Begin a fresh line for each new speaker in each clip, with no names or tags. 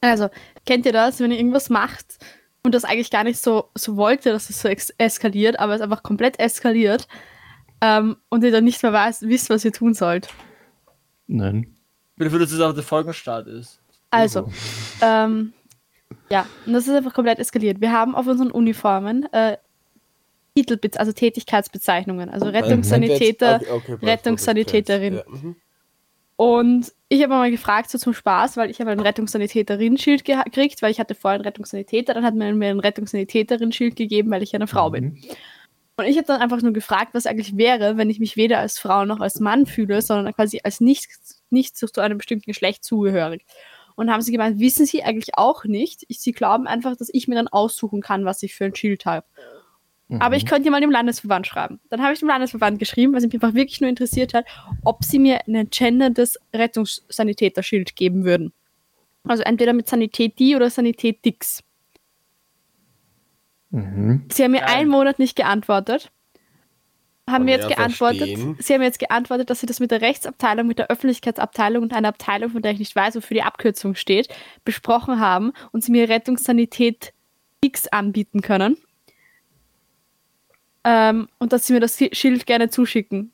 Also, kennt ihr das, wenn ihr irgendwas macht und das eigentlich gar nicht so, so wollte, dass es so ex- eskaliert, aber es einfach komplett eskaliert ähm, und ihr dann nicht mehr weiß, wisst, was ihr tun sollt?
Nein.
Ich bin dafür, dass es auch der Folgenstart ist.
Also, ähm, ja, und das ist einfach komplett eskaliert. Wir haben auf unden Uniformen äh, Titel, also Tätigkeitsbezeichnungen, also Rettungssanitäter,
Okay, okay, passt,
Rettungssanitäterin.
passt, passt. Ja, mhm.
Und ich habe mal gefragt, so zum Spaß, weil ich habe ein Rettungssanitäterin-Schild geha- gekriegt, weil ich hatte vorher einen Rettungssanitäter, dann hat man mir ein Rettungssanitäterin-Schild gegeben, weil ich eine
Mhm.
Frau bin. Und ich habe dann einfach nur gefragt, was eigentlich wäre, wenn ich mich weder als Frau noch als Mann fühle, sondern quasi als nicht, nicht zu zu einem bestimmten Geschlecht zugehörig. Und haben sie gemeint, wissen sie eigentlich auch nicht. Ich, sie glauben einfach, dass ich mir dann aussuchen kann, was ich für ein Schild habe. Aber
Mhm.
ich könnte ja mal dem Landesverband schreiben. Dann habe ich dem Landesverband geschrieben, weil es mich einfach wirklich nur interessiert hat, ob sie mir ein genderndes Rettungssanitäterschild geben würden. Also entweder mit Sanitäti oder Sanitätix.
Mhm.
Sie haben mir
Ja.
einen Monat nicht geantwortet. Haben
Kann
mir jetzt
er
geantwortet,
verstehen?
sie haben mir jetzt geantwortet, dass sie das mit der Rechtsabteilung, mit der Öffentlichkeitsabteilung und einer Abteilung, von der ich nicht weiß, wofür die Abkürzung steht, besprochen haben und sie mir Rettungssanität X anbieten können. Ähm, und dass sie mir das Schild gerne zuschicken.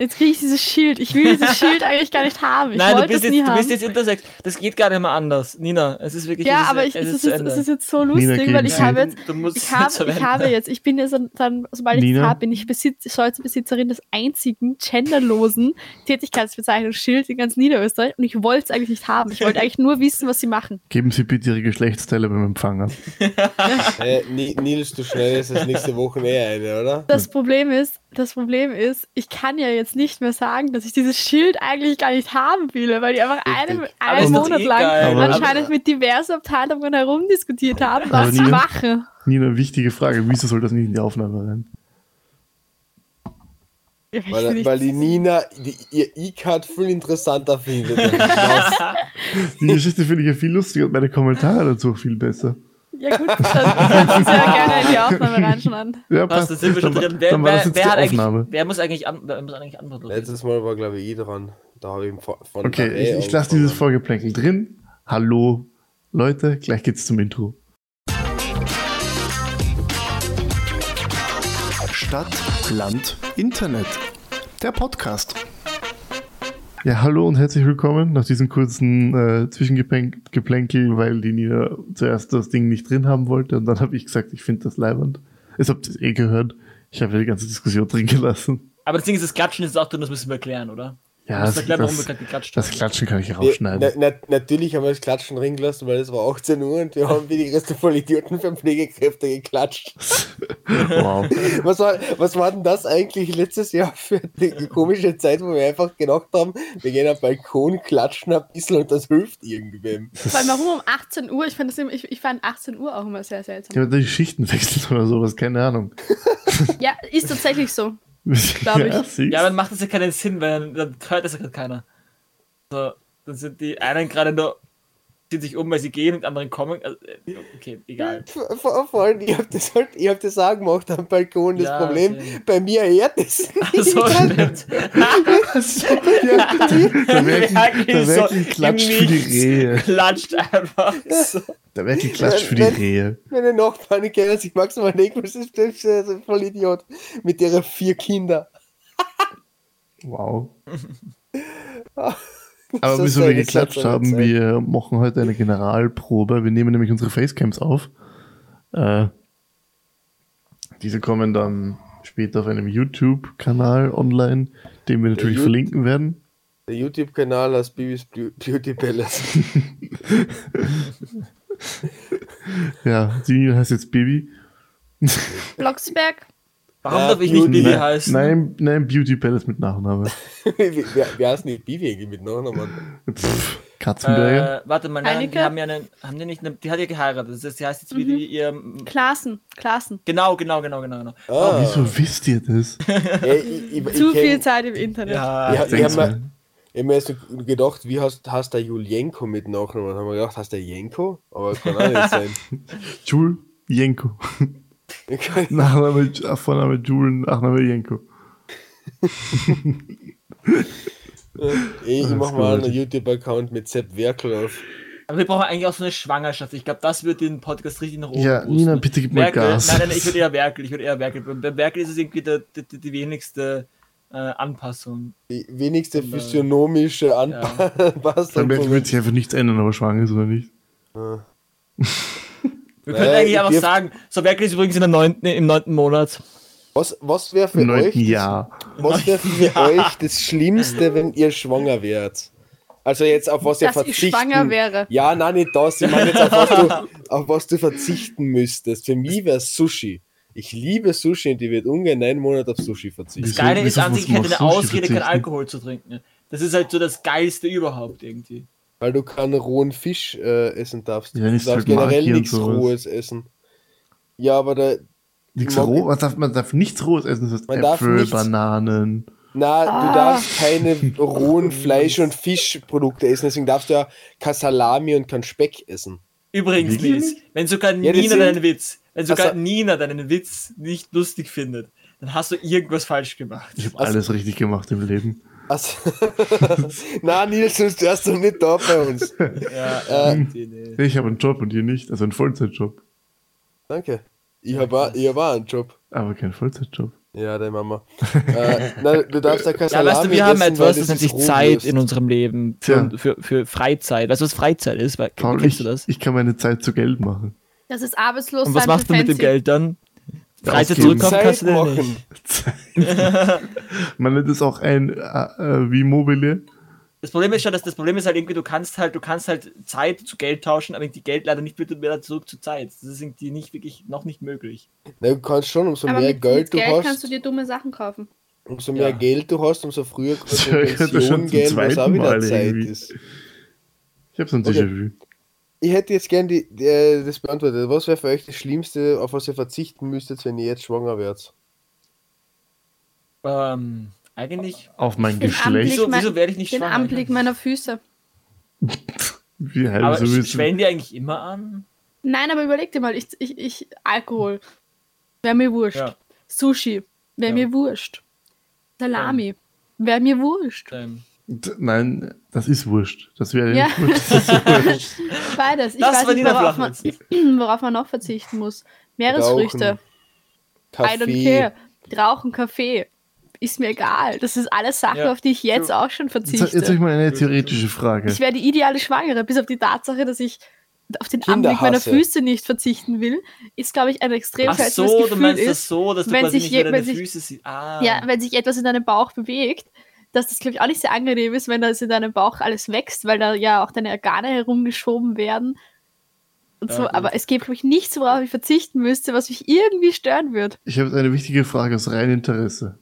Jetzt kriege ich dieses Schild. Ich will dieses Schild eigentlich gar nicht haben. Ich
Nein, du
wollte es
bist, jetzt,
nie
du bist
haben.
jetzt intersex. Das geht gar nicht mehr anders. Nina, es ist wirklich.
ja,
es ist,
aber ich,
es
es, ist
zu
jetzt,
Ende.
es ist jetzt so
Nina
lustig,
gegen
weil ich
sie.
habe jetzt
Du musst es
Ich,
jetzt
hab, ich
verwenden.
habe jetzt, ich bin jetzt dann- dann, sobald ich es
Nina?
habe, bin ich Besitz, Besitzerin des einzigen genderlosen Tätigkeitsbezeichnungsschilds in ganz Niederösterreich und ich wollte es eigentlich nicht haben. Ich wollte eigentlich nur wissen, was sie machen.
Geben Sie bitte Ihre Geschlechtsteile beim Empfang an.
Hey, Ni- Nils, du schneidest das nächste Woche eh eine, oder?
Das Problem ist, das Problem ist, ich kann ja jetzt nicht mehr sagen, dass ich dieses Schild eigentlich gar nicht haben will, weil die einfach einen,
Richtig.
Aber
einen
ist doch
Monat
eh
lang
geil.
Aber-
anscheinend mit diversen Abteilungen herumdiskutiert haben,
Aber
was sie
Nina?
machen.
Nina, wichtige Frage. Wieso soll das nicht in die Aufnahme rein?
Ja, ich will
Weil,
nicht-
weil die Nina die, ihr E-Card viel interessanter findet. Das
Die Geschichte finde ich ja viel lustiger und meine Kommentare dazu auch viel besser.
ja gut, dann kannst du es ja gerne in die Aufnahme reinschneiden.
Ja,
Passt, da sind wir schon
Dann war-
drin. Wer,
dann war das
wer,
jetzt
wer,
die
hat eigentlich,
Aufnahme.
wer muss eigentlich, an, wer muss eigentlich antworten?
Letztes Mal war, glaube ich, eh dran. Da habe ich ihm von. von
Okay,
nach
ich,
eh
ich lasse dieses
angefangen.
Folgeplänkel drin. Hallo, Leute, gleich geht's zum Intro.
Stadt, Land, Internet. Der Podcast.
Ja, hallo und herzlich willkommen nach diesem kurzen äh, Zwischengeplänkel, weil die Nina zuerst das Ding nicht drin haben wollte und dann habe ich gesagt, ich finde das leibernd. Jetzt habt ihr es eh gehört. Ich habe ja die ganze Diskussion drin gelassen.
Aber das Ding ist, das Klatschen ist auch drin, das müssen wir erklären, oder?
Ja,
Du musst
das,
erklären, warum
das,
wir gerade geklatscht
das
haben.
Klatschen kann ich
Wir-
rausschneiden.
na, na, natürlich haben wir das Klatschen drin gelassen, weil es war 18 Uhr und wir haben wie die Reste voll Idioten für Pflegekräfte geklatscht.
wow.
Was war, was war denn das eigentlich letztes Jahr für eine komische Zeit, wo wir einfach gedacht haben, wir gehen auf den Balkon, klatschen ein bisschen und das hilft irgendwem.
Vor allem warum um 18 Uhr? Ich fand, das immer, ich, ich fand 18 Uhr auch immer sehr
Ich
seltsam.
habe die Schichten wechselt oder sowas, keine Ahnung.
Ja, ist tatsächlich so.
Glaube
ich.
Ja, aber dann macht das ja keinen Sinn, weil dann hört das ja gerade keiner. So, dann sind die einen gerade nur, ziehen sich um, weil sie gehen und die anderen kommen. Also, äh, okay, egal.
Vor- Vor vor allem, ihr habt das, halt, ihr habt das auch gemacht am Balkon. Das
Ja,
Problem,
stimmt.
bei mir ehrt es nicht.
So stimmt.
da wird
Ja,
ein- da wird ein
so
Klatsch
im
für die
Nichts.
Rehe.
Klatscht einfach. So.
Da wird ein Klatsch für die
Wenn-
Rehe.
Meine Nachbarn die kennen sich maximal nicht, was ist das für ein Vollidiot mit ihren vier Kindern.
Wow.
Das
Aber
ist
wieso wir
eine
geklatscht
seltsame
haben,
Zeit.
wir machen heute eine Generalprobe. Wir nehmen nämlich unsere Facecams auf. Äh, diese kommen dann später auf einem YouTube-Kanal online, den wir natürlich
Ju-
verlinken werden.
Der YouTube-Kanal heißt Bibis Beau- Beauty Palace.
Ja, die Nina heißt jetzt Baby.
Blocksberg.
Warum
Ja,
darf ich nicht
Beauty.
Bibi heißen?
ne- Nein, nein, Beauty Palace mit Nachname.
wir, wir heißen nicht Bibi eigentlich mit Nachnamen.
Pff, Katzenberger.
Äh, warte mal, nein, die
Heineke?
haben ja einen, haben die nicht, eine, die hat ja geheiratet. Das heißt, die heißt jetzt wie die,
Mhm.
ihr.
Klassen. Klassen.
Genau, genau, genau, genau, genau.
Ah,
Wieso wisst ihr das?
ey, ich, ich, ich
Zu
kenn-
viel Zeit im Internet.
Ja,
Ja,
Ich
ich
denk's
habe
mir.
mir, ich hab mir erst so gedacht, wie hast, hast der Julienko mit Nachnamen? Haben wir gedacht, hast der Jenko? Aber kann auch nicht sein.
Jul Jenko.
Kann-
Nachname, Vorname Jul, Nachname Jenko.
Ey, ich
Das
mach
ist
mal
gewaltig.
einen YouTube-Account mit Sepp Werkel auf.
Aber wir brauchen eigentlich auch so eine Schwangerschaft. Ich glaube, das wird den Podcast richtig nach oben
Ja,
boosten.
Nina, bitte gib mal
Merkel,
Gas.
Nein, nein, ich würde eher Merkel. Ich würde eher Merkel. Bei- Bei Merkel ist es irgendwie der, die- die, die wenigste äh, Anpassung.
Die wenigste physiognomische Anpa-
Dann
Anpassung.
merkt man, wird sich einfach nichts ändern, aber schwanger ist oder nicht.
Wir können
Äh,
eigentlich
ihr
einfach
dürft-
sagen, so Merkel ist übrigens in der neunten, im neunten Monat.
was was wäre für
Im
euch
neunten Jahr.
Was wäre für euch das Schlimmste, wenn ihr schwanger wärt? Also jetzt auf was ihr
Dass ich
verzichten.
schwanger wäre.
Ja, nein, nicht das. Ich meine jetzt auf was, du, auf was du verzichten müsstest. Für mich wäre Sushi. Ich liebe Sushi und ich würde ungern einen Monat auf Sushi verzichten.
Wieso-
Das Geile ist
wieso
an
muss
sich, ich hätte
man
eine
auf Sushi
Ausrede, keinen
verzichten?
Alkohol zu trinken. Das ist halt so das Geilste überhaupt irgendwie.
Weil du keinen rohen Fisch äh, essen darfst.
Ja,
du
nicht halt
darfst generell
Maki und
nichts
sowas.
Rohes essen. Ja, aber da.
Nichts
Mag-
roh, was darf, man darf nichts rohes essen, das heißt
Man darf
Äpfel,
nichts-
Bananen.
Na,
Ah.
du darfst keine rohen Fleisch- und Fischprodukte essen, deswegen darfst du ja kein Salami und kein Speck essen.
Übrigens,
Wirklich?
Lies, wenn sogar
Ja, das
Nina
sind-
deinen Witz, wenn sogar
Also-
Nina deinen Witz nicht lustig findet, dann hast du irgendwas falsch gemacht.
Ich habe
Also-
alles richtig gemacht im Leben.
Also, na, Nils, du hast doch nicht da bei uns.
Ja, irgendwie, nee.
Ich habe einen Job und ihr nicht, also einen Vollzeitjob.
Danke. Ich habe ich hab auch einen Job.
Aber kein Vollzeitjob.
Ja, deine Mama. äh, na, du darfst ja kein
Ja,
Salami
weißt du, wir haben
essen,
etwas,
weil
das nennt sich
roh
Zeit
ist.
in unserem Leben.
Tja.
Für, für, für Freizeit. Weißt du, was Freizeit ist? Weil,
Paul,
kennst
ich,
du das?
ich kann meine Zeit zu Geld machen.
Das ist arbeitslos.
Und was
sein
machst
für
du mit dem
fancy.
Geld dann? Freizeit
Ausgeben.
zurückkommen kannst
Zeit
du denn nicht.
machen.
Man nennt es auch ein äh, äh, wie Mobile.
Das Problem ist schon, dass das Problem ist halt irgendwie, du kannst halt, du kannst halt Zeit zu Geld tauschen, aber die Geld leider nicht bitte mehr zurück zu Zeit. Das ist irgendwie nicht wirklich noch nicht möglich.
Na, du kannst schon, umso
Aber
mehr
mit,
Geld
mit
du
Geld kannst
hast,
du dir dumme Sachen kaufen.
umso
Ja.
mehr Geld du hast, umso früher kannst du
Ja,
in
ich hatte schon
Pension
zum
gehen, was auch
zweiten
wieder
Mal
Zeit
irgendwie.
ist.
Ich habe so ein
Okay.
Déjà-vu.
Ich hätte jetzt gern die, die, äh, das beantwortet. Was wäre für euch das Schlimmste, auf was ihr verzichten müsstet, wenn ihr jetzt schwanger wärt?
Ähm, eigentlich.
Auf mein
Den
Geschlecht.
Anblick
Wieso- wieso
mein-
werde ich nicht
Den
schwanger?
Anblick meiner Füße.
Wie
Aber
halb so
sch-
wissen.
schwellen die eigentlich immer an?
Nein, aber überleg dir mal, ich, ich, ich Alkohol. Wäre mir wurscht.
Ja.
Sushi. Wäre
Ja.
mir wurscht. Salami. Wäre mir wurscht.
Ähm,
D- Nein, das ist wurscht. Das wäre
Ja.
nicht wurscht. Das ist wurscht.
Beides. Ich
Das
weiß
war
nicht,
Nina
worauf man,
Flachwitz.
worauf man noch verzichten muss. Meeresfrüchte. I don't care. Rauchen, Kaffee. Ist mir egal. Das ist alles Sachen,
Ja.
auf die ich jetzt auch schon
Jetzt, jetzt habe ich
verzichte.
mal eine theoretische Frage.
Ich wäre die ideale Schwangere, bis auf die Tatsache, dass ich auf den
Kinder
Anblick meiner
hasse.
Füße nicht verzichten will, ist, glaube ich, ein extrem
ach
falsches
so, du
Gefühl
meinst
ist,
das so, dass du
wenn
quasi
sich
nicht
je-
mehr deine
wenn sich-
Füße siehst. Ah.
Ja, wenn sich etwas in deinem Bauch bewegt, dass das, glaube ich, auch nicht sehr angenehm ist, wenn das in deinem Bauch alles wächst, weil da ja auch deine Organe herumgeschoben werden. Und
Ja,
so.
gut.
Aber es gibt, glaube ich, nichts, worauf ich verzichten müsste, was mich irgendwie stören wird.
Ich habe jetzt eine wichtige Frage aus reinem Interesse.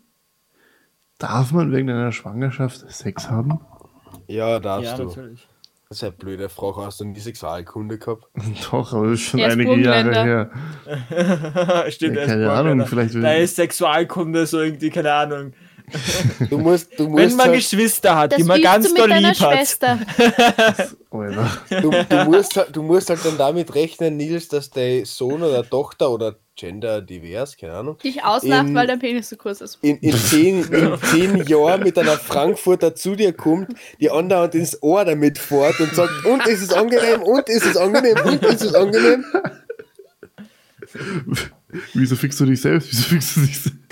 Darf man wegen einer Schwangerschaft Sex haben?
Ja, darfst
ja,
du.
natürlich.
Das ist eine blöde Frage. Hast du nie Sexualkunde gehabt?
Doch, aber das ist schon
Er ist
einige Jahre
Burgenländer.
her.
Stimmt,
Ja,
er ist
keine
Burgenländer.
Ahnung, vielleicht-
Da ist Sexualkunde so irgendwie, keine Ahnung.
Du musst, du
Wenn
musst,
man
halt,
Geschwister hat,
Das
die man
übst
ganz
du mit
doll
deiner
lieb hat.
Schwester.
Alter.
du, du, musst halt, du musst halt dann damit rechnen, Nils, dass dein Sohn oder Tochter oder genderdivers, keine Ahnung,
Dich auslacht,
In-
weil dein Penis so kurz ist.
in, in, zehn, in zehn Jahren mit einer Frankfurter zu dir kommt, die andauernd ins Ohr damit fährt und sagt, und ist es angenehm, und ist es angenehm, und ist es angenehm.
Wieso fickst du dich selbst? Wieso fickst du dich selbst?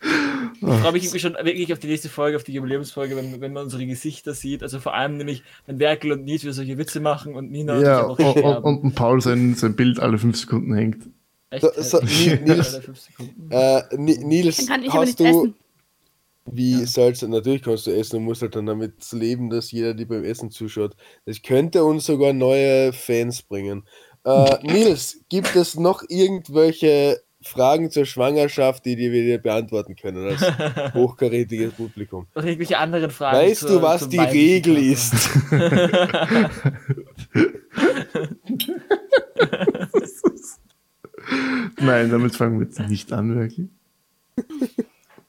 Ich freue mich irgendwie schon wirklich auf die nächste Folge, auf die Jubiläumsfolge, wenn, wenn man unsere Gesichter sieht. Also vor allem nämlich, wenn Werkel und Nils wieder solche Witze machen und Nina
Ja,
und ich
oh,
und, und,
sterben.
und ein Paul sein, sein Bild alle fünf Sekunden hängt.
Echt,
So- so,
Alter.
Nils-
Alle fünf Sekunden.
Äh, Ni-
Dann
Nils,
kann ich aber
hast
nicht
du,
essen.
Wie sollst du, natürlich kannst du essen, du musst halt dann damit leben, dass jeder dir beim Essen zuschaut. Das könnte uns sogar neue Fans bringen. Äh, Nils, gibt es noch irgendwelche Fragen zur Schwangerschaft, die dir wir beantworten können als hochkarätiges Publikum?
Und irgendwelche anderen Fragen.
Weißt
zur-
du, was
zum
die
weiblichen
Regel
Körper.
ist?
Nein, damit fangen wir jetzt nicht an, wirklich.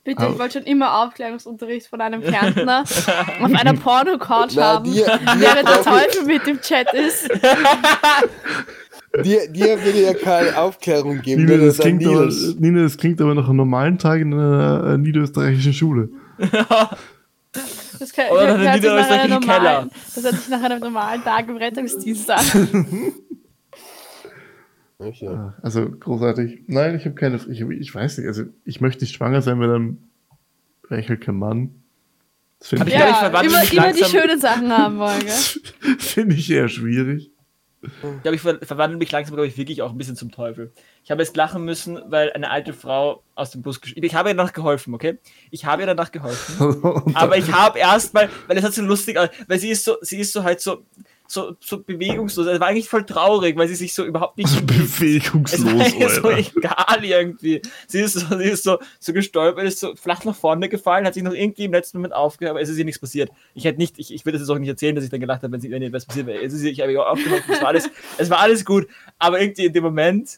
Bitte,
aber-
ich wollte schon immer Aufklärungsunterricht von einem Kärntner auf einer Porno-Couch
Na,
haben,
dir, dir,
während der
glaub
Teufel mit im Chat ist.
ich, dir, dir würde ja keine Aufklärung geben.
Nina
nur
das,
das an
klingt aber,
Nils.
Nina, das klingt aber nach einem normalen Tag in einer äh, niederösterreichischen Schule.
Das kann,
Oder
hört
dann
sich nach
niederösterreichischen
einer normalen,
Keller.
das hört sich nach einem normalen Tag im Rettungsdienst an.
Ach ja.
Ja, Also großartig. Nein, ich habe keine. Ich, hab- ich weiß nicht. Also ich möchte nicht schwanger sein, weil dann wäre ich halt kein Mann. Das finde
Hab
ich,
Ja, ich
Ja,
verwandle
immer,
mich
immer die
langsam.
schönen Sachen haben wollen, gell?
das find ich eher schwierig.
Ich glaube, ich ver verwandle mich langsam, glaube ich, wirklich auch ein bisschen zum Teufel. Ich habe jetzt lachen müssen, weil eine alte Frau aus dem Bus geschrieben Ich habe ihr danach geholfen, okay? Ich habe ihr danach geholfen.
Und
Aber ich habe erstmal, weil es hat so lustig aus, weil sie ist so, sie ist so halt so, so, so bewegungslos. Es war eigentlich voll traurig, weil sie sich so überhaupt nicht.
Also
Es war
bewegungslos,
ihr so
Alter.
egal irgendwie. Sie ist so, sie ist so, so gestolpert, ist so flach nach vorne gefallen, hat sich noch irgendwie im letzten Moment aufgehört, aber es ist ihr nichts passiert. Ich hätte nicht, ich, ich will das jetzt auch nicht erzählen, dass ich dann gelacht habe, wenn sie wenn ihr was passiert wäre. Es ist ihr, ich habe ihr aufgehört, es war alles, es war alles gut. Aber irgendwie in dem Moment,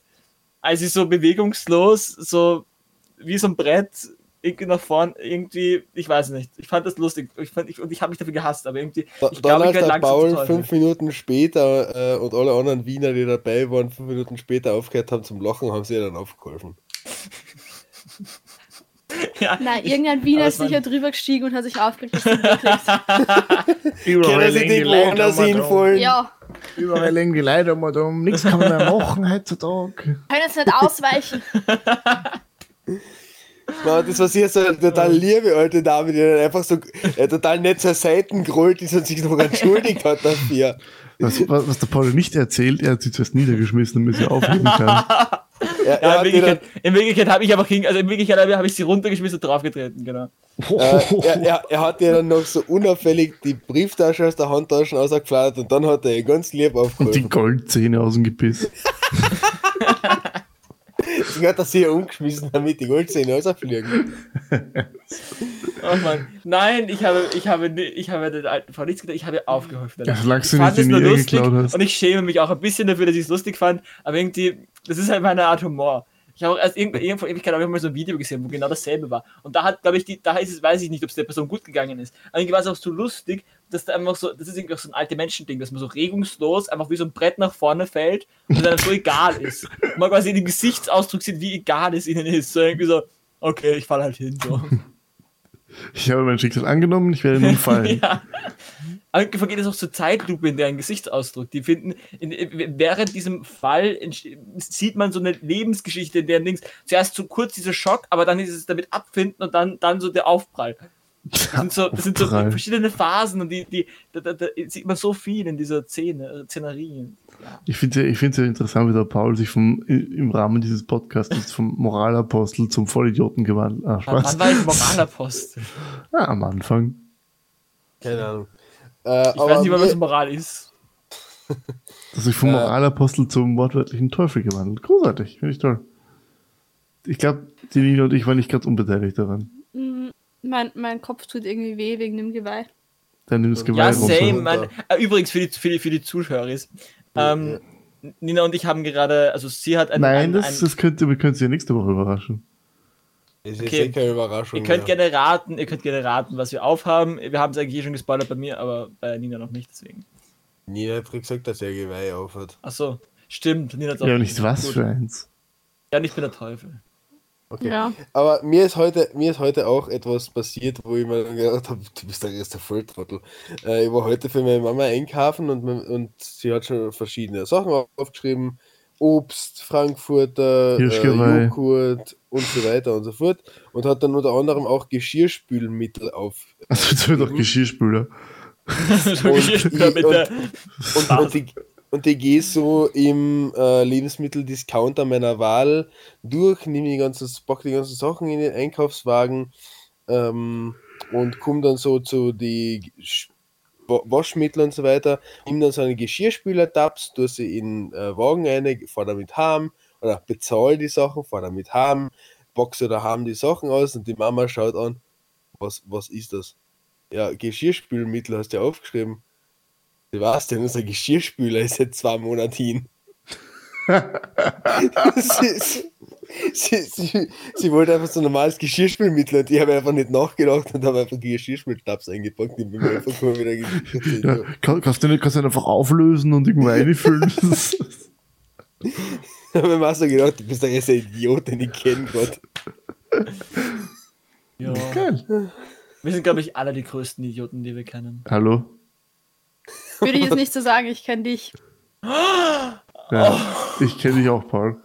als sie so bewegungslos, so wie so ein Brett irgendwie nach vorn, irgendwie, ich weiß nicht. Ich fand das lustig. Ich fand, ich, und ich habe mich dafür gehasst, aber irgendwie,
Da,
ich glaube, ich
Donald
werde
hat
langsam
halt Paul
zum Teufel.
fünf Minuten später äh, und alle anderen Wiener, die dabei waren, fünf Minuten später aufgehört haben zum Lachen, haben sie ihr dann aufgeholfen.
Ja,
Nein, irgendein Wiener
aber
ist
es waren-
sicher drüber gestiegen und hat sich aufgeregt, dass du wirklich-
Können Sie die Leiter sinnvoll?
Ja,
halt Überall hängen die Leiter mal drum. Nichts kann man mehr machen heutzutage.
können jetzt nicht ausweichen.
Na, das war sicher so eine total liebe alte Dame, die dann einfach so äh, total nett zur Seite gerollt ist und sich noch entschuldigt hat dafür.
Was, was, was der Paul nicht erzählt, er hat sie zuerst niedergeschmissen, damit sie aufheben kann.
Er, er
Ja, in
hat ihr dann,
Wirklichkeit, in Wirklichkeit habe ich einfach hin, also in Wirklichkeit habe ich sie runtergeschmissen und draufgetreten, genau.
äh, er, er, er hat ihr dann noch so unauffällig die Brieftasche aus der Handtasche ausgeflattert und dann hat er ihr ganz lieb
Und die
aufgeholfen.
Goldzähne aus dem Gebiss.
Deswegen hat er sie ja umgeschmissen, damit die Goldzähne rausfliegen.
Oh Mann. Nein, ich habe, ich habe, ni- ich habe der alten Frau nichts getan, ich habe ihr aufgeholfen.
Ja, solange
Ich
du nicht die
nur
Niere
lustig
geklaut hast.
und ich schäme mich auch ein bisschen dafür, dass ich es lustig fand, aber irgendwie, das ist halt meine Art Humor. Ich habe auch erst irgend- irgendwo vor Ewigkeit habe ich mal so ein Video gesehen, wo genau dasselbe war. Und da hat, glaube ich, die, da ist es, weiß ich nicht, ob es der Person gut gegangen ist. Aber irgendwie war es auch so lustig, dass da einfach so, das ist irgendwie auch so ein alte Menschending, dass man so regungslos einfach wie so ein Brett nach vorne fällt und dann so egal ist. Und man quasi den Gesichtsausdruck sieht, wie egal es ihnen ist. So irgendwie so, okay, ich falle halt hin. So.
Ich habe mein Schicksal angenommen, ich werde nun fallen.
Ja. Aber irgendwie vergeht es auch zur Zeitlupe in deren Gesichtsausdruck. Die finden, in, während diesem Fall entsch- sieht man so eine Lebensgeschichte in deren Dings. Zuerst so kurz dieser Schock, aber dann ist es damit abfinden und dann, dann so der Aufprall. Das sind so, das sind so
Aufprall.
verschiedene Phasen und die, die, da, da, da sieht man so viel in dieser Szene, äh, Szenerie.
Ich finde es ja, ich find's ja interessant, wie der Paul sich vom, i- im Rahmen dieses Podcasts vom Moralapostel zum Vollidioten gewandelt hat. Ah,
Wann
Spaß.
wann war ich Moralapostel?
Ja, am Anfang.
Keine Ahnung. Äh,
Ich weiß nicht mal,
mir-
was Moral ist.
Dass ich vom
Äh.
Moralapostel zum wortwörtlichen Teufel gewandelt. Großartig, finde ich toll. Ich glaube, die Nina und ich waren nicht ganz unbeteiligt daran.
Mm, Mein, mein Kopf tut irgendwie weh wegen dem Geweih.
Dann nimm das Geweih
Ja,
Warum
same,
schon?
runter.
man. Äh, Übrigens, für die, für die, für die Zuschauer ist. Ähm, Nina und ich haben gerade, also sie hat ein,
Nein,
ein,
das, das könnt, ihr- wir können sie ja nächste Woche überraschen.
Es ist
Okay.
eh keine Überraschung.
Ihr könnt
mehr.
gerne raten, ihr könnt gerne raten, was wir aufhaben. Wir haben es eigentlich eh schon gespoilert bei mir, aber bei Nina noch nicht, deswegen.
Nina hat gesagt, dass er Geweih aufhat.
Ach so, stimmt. Nina hat's auch
Ja, nicht was
Also Gut.
für eins.
Ja, und ich bin der Teufel.
Okay.
Ja.
Aber mir ist heute, mir ist heute auch etwas passiert, wo ich mir dann gedacht habe, du bist der erste Volltrottel. Äh, ich war heute für meine Mama einkaufen und, mein- und sie hat schon verschiedene Sachen aufgeschrieben. Obst, Frankfurter,
Hirschgeweih.
äh, Joghurt und so weiter und so fort. Und hat dann unter anderem auch Geschirrspülmittel auf.
Also jetzt wird auch
Mhm.
Geschirrspüler.
Geschirrspüler
ich-
mit
und-
der-
Und, und, die, und die gehe so im äh, Lebensmitteldiscounter meiner Wahl durch, nehme die ganzen, pack die ganzen Sachen in den Einkaufswagen ähm, und komme dann so zu die Sch- Wa- Waschmittel und so weiter, nehme um dann so einen Geschirrspüler-Tabs, tue sie in äh, Wagen rein, fahr damit heim oder bezahle die Sachen, fahr damit heim, box oder heim die Sachen aus und die Mama schaut an, was, was ist das? Ja, Geschirrspülmittel hast du ja aufgeschrieben. Sebastian, unser Geschirrspüler ist jetzt zwei Monate hin. sie, sie, sie, sie, sie wollte einfach so ein normales Geschirrspülmittel und ich habe einfach nicht nachgedacht und habe einfach Geschirrspültabs eingepackt. Ich bin mir einfach mal wieder ge-
Ja, kann, kannst, du nicht, kannst du nicht einfach auflösen und irgendwo einfüllen? Das ist-
Ich habe mir auch so gedacht, du bist der erste Idiot, den ich kenne Gott.
ja.
Geil.
Wir sind, glaube ich, alle die größten Idioten, die wir kennen.
Hallo?
Würde ich jetzt nicht so sagen, ich kenne dich.
Ja,
Oh.
Ich kenne dich auch, Paul.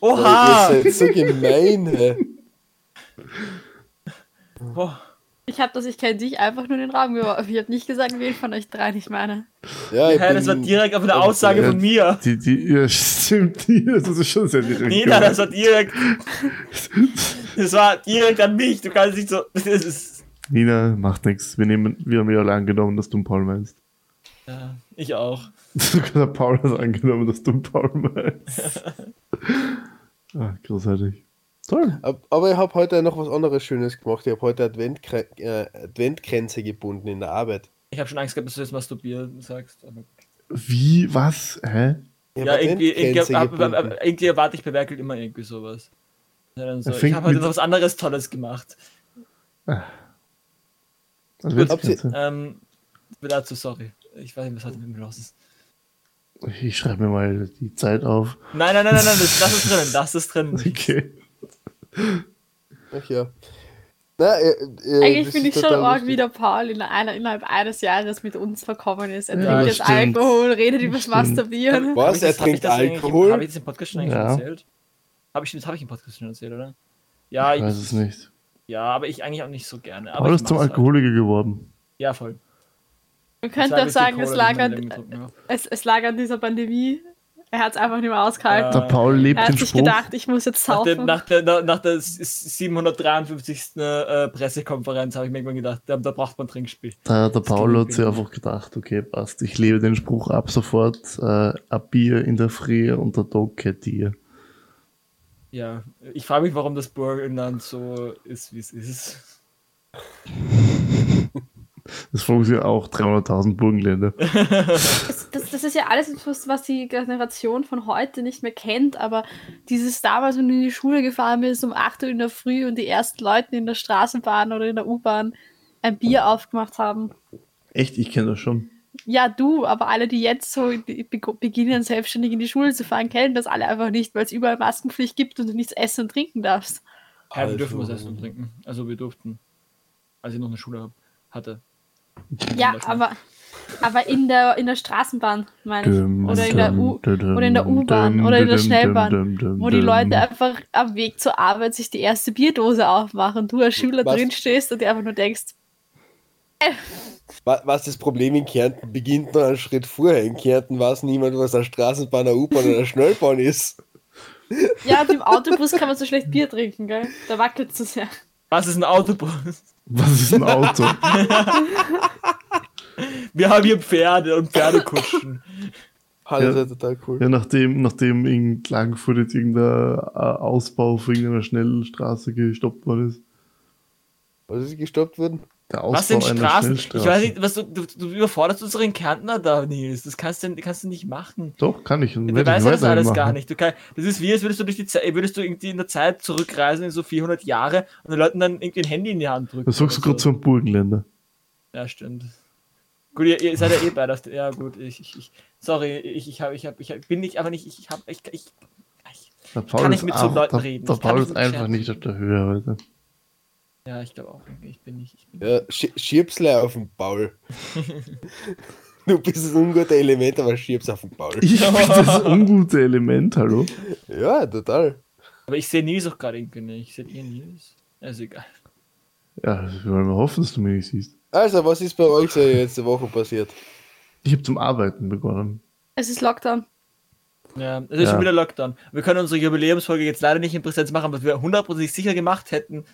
Oha!
Ihr seid halt so gemein, hä?
Boah.
Ich habe das, ich kenne dich, einfach nur in den Raum geworfen. Ich habe nicht gesagt, wen von euch dreien ich meine.
Ja, ich
Hä, das war
bin-
direkt auf eine Aussage
Ja,
von mir.
Die, die, ja, stimmt, die, das ist schon sehr direkt.
Nina, das
geworden.
war direkt. Das war direkt an mich. Du kannst nicht so. Das ist,
Nina, macht nichts. Wir, nehmen, wir haben ja alle angenommen, dass du einen Paul meinst.
ja, ich auch.
Sogar Paul hat angenommen, dass du einen Paul meinst. ah, großartig. Toll.
Ab- Aber ich habe heute noch was anderes Schönes gemacht. Ich habe heute Adventkre äh, Adventkränze gebunden in der Arbeit.
Ich habe schon Angst gehabt, dass du jetzt masturbieren sagst. aber-
Wie, was, hä?
Ich hab
Ja, irgendwie, irgendwie,
Adventkränze
hab, hab,
gebunden.
hab, irgendwie erwarte ich bei Merkel immer irgendwie sowas. Ja, dann so,
Er
ich
fängt
habe heute
mit-
noch was anderes Tolles gemacht.
Adventskränze.
Ähm, ich bin dazu sorry. Ich weiß nicht, was heute mit mir los ist.
Ich schreibe mir mal die Zeit auf.
Nein, nein, nein, nein, nein das, das ist drin, das ist drin.
Okay.
Ach ja. Na, äh, äh,
Eigentlich
das
finde ich
ist
schon
total
arg,
lustig.
wie der Paul in einer, innerhalb eines Jahres mit uns verkommen ist. Er
Ja,
trinkt
das
jetzt
stimmt.
Alkohol, redet über das
stimmt.
Masturbieren.
Was? Er trinkt Alkohol?
Habe ich das im Podcast schon eigentlich
Ja.
erzählt? Habe ich, das hab ich im Podcast schon erzählt, oder? Ja,
Ich
ich,
weiß es nicht.
ja, aber ich eigentlich auch nicht so gerne. Aber
Paul
ich
ist zum
mach's
Alkoholiker geworden.
Halt. Ja, voll.
Man
Zwei
könnte auch
Whisky
sagen, es
Cola,
lag,
die man
an,
irgendwie getrunken hat.
es, es lag an dieser Pandemie. Er hat es einfach nicht mehr ausgehalten.
Der Paul lebt
Äh, Er
den
hat sich
Spruch.
gedacht, ich muss jetzt
Nach, dem,
saufen.
nach, der, nach, nach der s- s- 753. Äh, Pressekonferenz habe ich mir irgendwann gedacht, da, da braucht man ein Trinkspiel.
Da, der
Das
Paul
klingt
hat sich
gut.
einfach gedacht, okay, passt, ich lebe den Spruch ab sofort, äh, ab Bier in der Früh und der Tag kehrt dir.
Ja, ich frage mich, warum das Burgenland so ist, wie es ist.
Das fragen sich auch 300.000 Burgenländer.
Das, das, das ist ja alles etwas, was die Generation von heute nicht mehr kennt, aber dieses damals, wenn du in die Schule gefahren bist um 8 Uhr in der Früh und die ersten Leute in der Straßenbahn oder in der U-Bahn ein Bier aufgemacht haben.
Echt, ich kenne das schon.
Ja, du, aber alle, die jetzt so in die- be beginnen, selbstständig in die Schule zu fahren, kennen das alle einfach nicht, weil es überall Maskenpflicht gibt und du nichts essen und trinken darfst.
Ja, wir
Also-
dürfen was essen und trinken. Also wir durften. Als ich noch eine Schule hab, hatte.
Ja, aber, aber in, der, in der Straßenbahn, meine ich. Oder in der U- oder in der U-Bahn oder in der Schnellbahn. Wo die Leute einfach am Weg zur Arbeit sich die erste Bierdose aufmachen und du als Schüler
Was?
drin stehst und dir einfach nur denkst,
Wa- Was das Problem in Kärnten beginnt noch einen Schritt vorher. In Kärnten weiß niemand, was eine Straßenbahn, eine U-Bahn oder eine Schnellbahn ist.
ja, und im Autobus kann man so schlecht Bier trinken, gell? Da wackelt es so sehr.
Was ist ein Autobus?
Was ist ein Auto?
Wir haben hier Pferde und Pferdekutschen.
Ha, das
Ja.
ist total cool.
ja, nachdem, nachdem in Klagenfurt jetzt irgendein äh, Ausbau für irgendeiner Schnellstraße gestoppt worden ist.
Was Also, ist gestoppt worden?
Der
Was
Ausbau
sind
einer
Straßen? Ich
Schnellstraße.
weiß nicht, was du, du, du überforderst unseren Kärntner da, Nils. Das kannst du, kannst du nicht machen.
Doch, kann ich. und
Du
werde ich
weißt ja das
weiterhin
alles
machen.
gar nicht. Du kann, das ist wie, als würdest du durch die Zeit, würdest du irgendwie in der Zeit zurückreisen in so 400 Jahre und den Leuten dann irgendwie ein Handy in die Hand drücken.
Das sagst du
oder
gerade zu einem Burgenländer.
Ja, stimmt. Gut, ihr, ihr seid ja eh beide auf der. Ja, gut, ich, ich, ich sorry, ich, ich, hab, ich, hab, ich hab, bin nicht, aber nicht, ich, ich hab, ich, ich, ich
Der Paul
nicht
ist
mit so
auch-
Leuten
der,
reden.
Der
Ich kann
Paul
nicht
ist
mit
einfach
Scherzen.
nicht auf der Höhe heute.
ja, ich glaube auch, ich bin nicht, ich bin
Ja, Sch Schirbsler auf dem Baul. du bist das ungute Element, aber schirbst auf dem Baul.
Ich bin das ungute Element, hallo?
Ja, total.
Aber ich sehe Nils auch gerade irgendwie nicht. Seht ihr Nils? Also egal.
Ja, wir wollen mal hoffen, dass du mich nicht siehst.
Also, was ist bei euch so letzte Woche passiert?
Ich habe zum Arbeiten begonnen.
Es ist Lockdown.
Ja, es ist
Ja.
schon wieder Lockdown. Wir können unsere Jubiläumsfolge jetzt leider nicht in Präsenz machen, was wir hundertprozentig sicher gemacht hätten,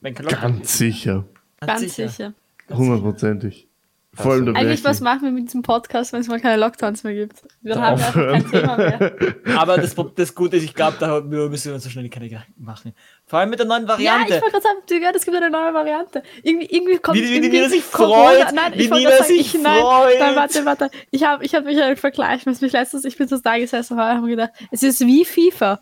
wenn kein Lockdown
Ganz sicher.
Ganz sicher.
Hundertprozentig. Vor
Also
allem der
Eigentlich, was
Berki.
machen wir mit diesem Podcast, wenn es mal keine Lockdowns mehr gibt? Dann haben wir einfach kein Thema mehr.
Aber das, Pro- das Gute ist, ich glaube, da müssen wir uns so schnell keine Gedanken machen. Vor allem mit der neuen
Ja, ich
Variante.
wollte gerade sagen, Digga, es gibt eine neue Variante. Irgendwie, irgendwie kommt
Wie- wie- wie
irgendwie
Nina sich
Corona-
freut,
Nein,
wie
ich wollte
Nina
gerade sagen,
sich
ich, nein,
freut.
nein, warte, warte. Ich habe ich hab mich einen Vergleich, was mich letztens, ich bin so da gesessen und habe mir gedacht, es ist wie FIFA.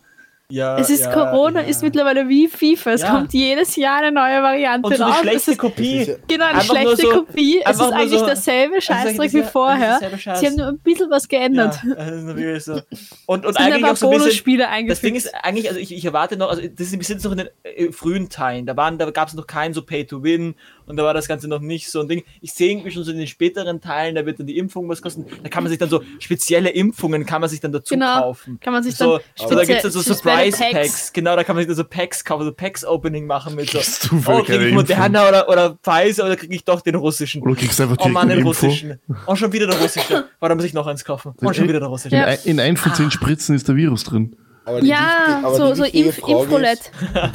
Ja,
Es ist
ja,
Corona,
ja.
ist mittlerweile wie FIFA. Es
Ja.
kommt jedes Jahr eine neue Variante
Und so eine
raus. Es
schlechte
ist
Kopie.
Es ist
genau eine
einfach nur
schlechte
so-
Kopie. Es
einfach
ist
nur
eigentlich
so- also
derselbe
Das ist eigentlich
Scheißdreck wie
das- das
vorher.
ist derselbe Scheiß.
Sie haben nur ein bisschen was
Ja,
geändert.
das ist natürlich so. Und, und
Es sind
eigentlich auch
einfach
so ein bisschen,
Bonusspiele
Das Ding
eingefügt.
ist eigentlich, also ich, ich erwarte noch, also das ist, wir sind noch in den äh, frühen Teilen. Da, waren- da gab es noch kein so Pay-to-Win und da war das Ganze noch nicht so ein Ding. Ich sehe irgendwie schon so in den späteren Teilen, da wird dann die Impfung was kosten. Da kann man sich dann so spezielle Impfungen kann man sich dann dazu
Genau.
kaufen.
Kann man sich
So,
dann
so, da gibt es so
spezielle
Surprise Packs. Genau, da kann man sich dann so Packs kaufen, so Packs-Opening machen mit so.
Kriegst du wirklich
Oh, krieg
eine
ich
Impfung?
Moderna oder, oder Pfizer oder krieg ich doch den russischen?
Oder kriegst du einfach
Oh
direkt
Mann,
eine
den
Info.
russischen. Oh, schon wieder der russische. Warum muss ich noch eins kaufen? Oh,
Äh,
schon wieder der russische.
eh In, ein, in ein von
Ah.
zehn Spritzen ist der Virus drin.
Aber die
Ja,
wichtig- aber
so,
die
so
wichtige
Impf
Frage
Impfroulette.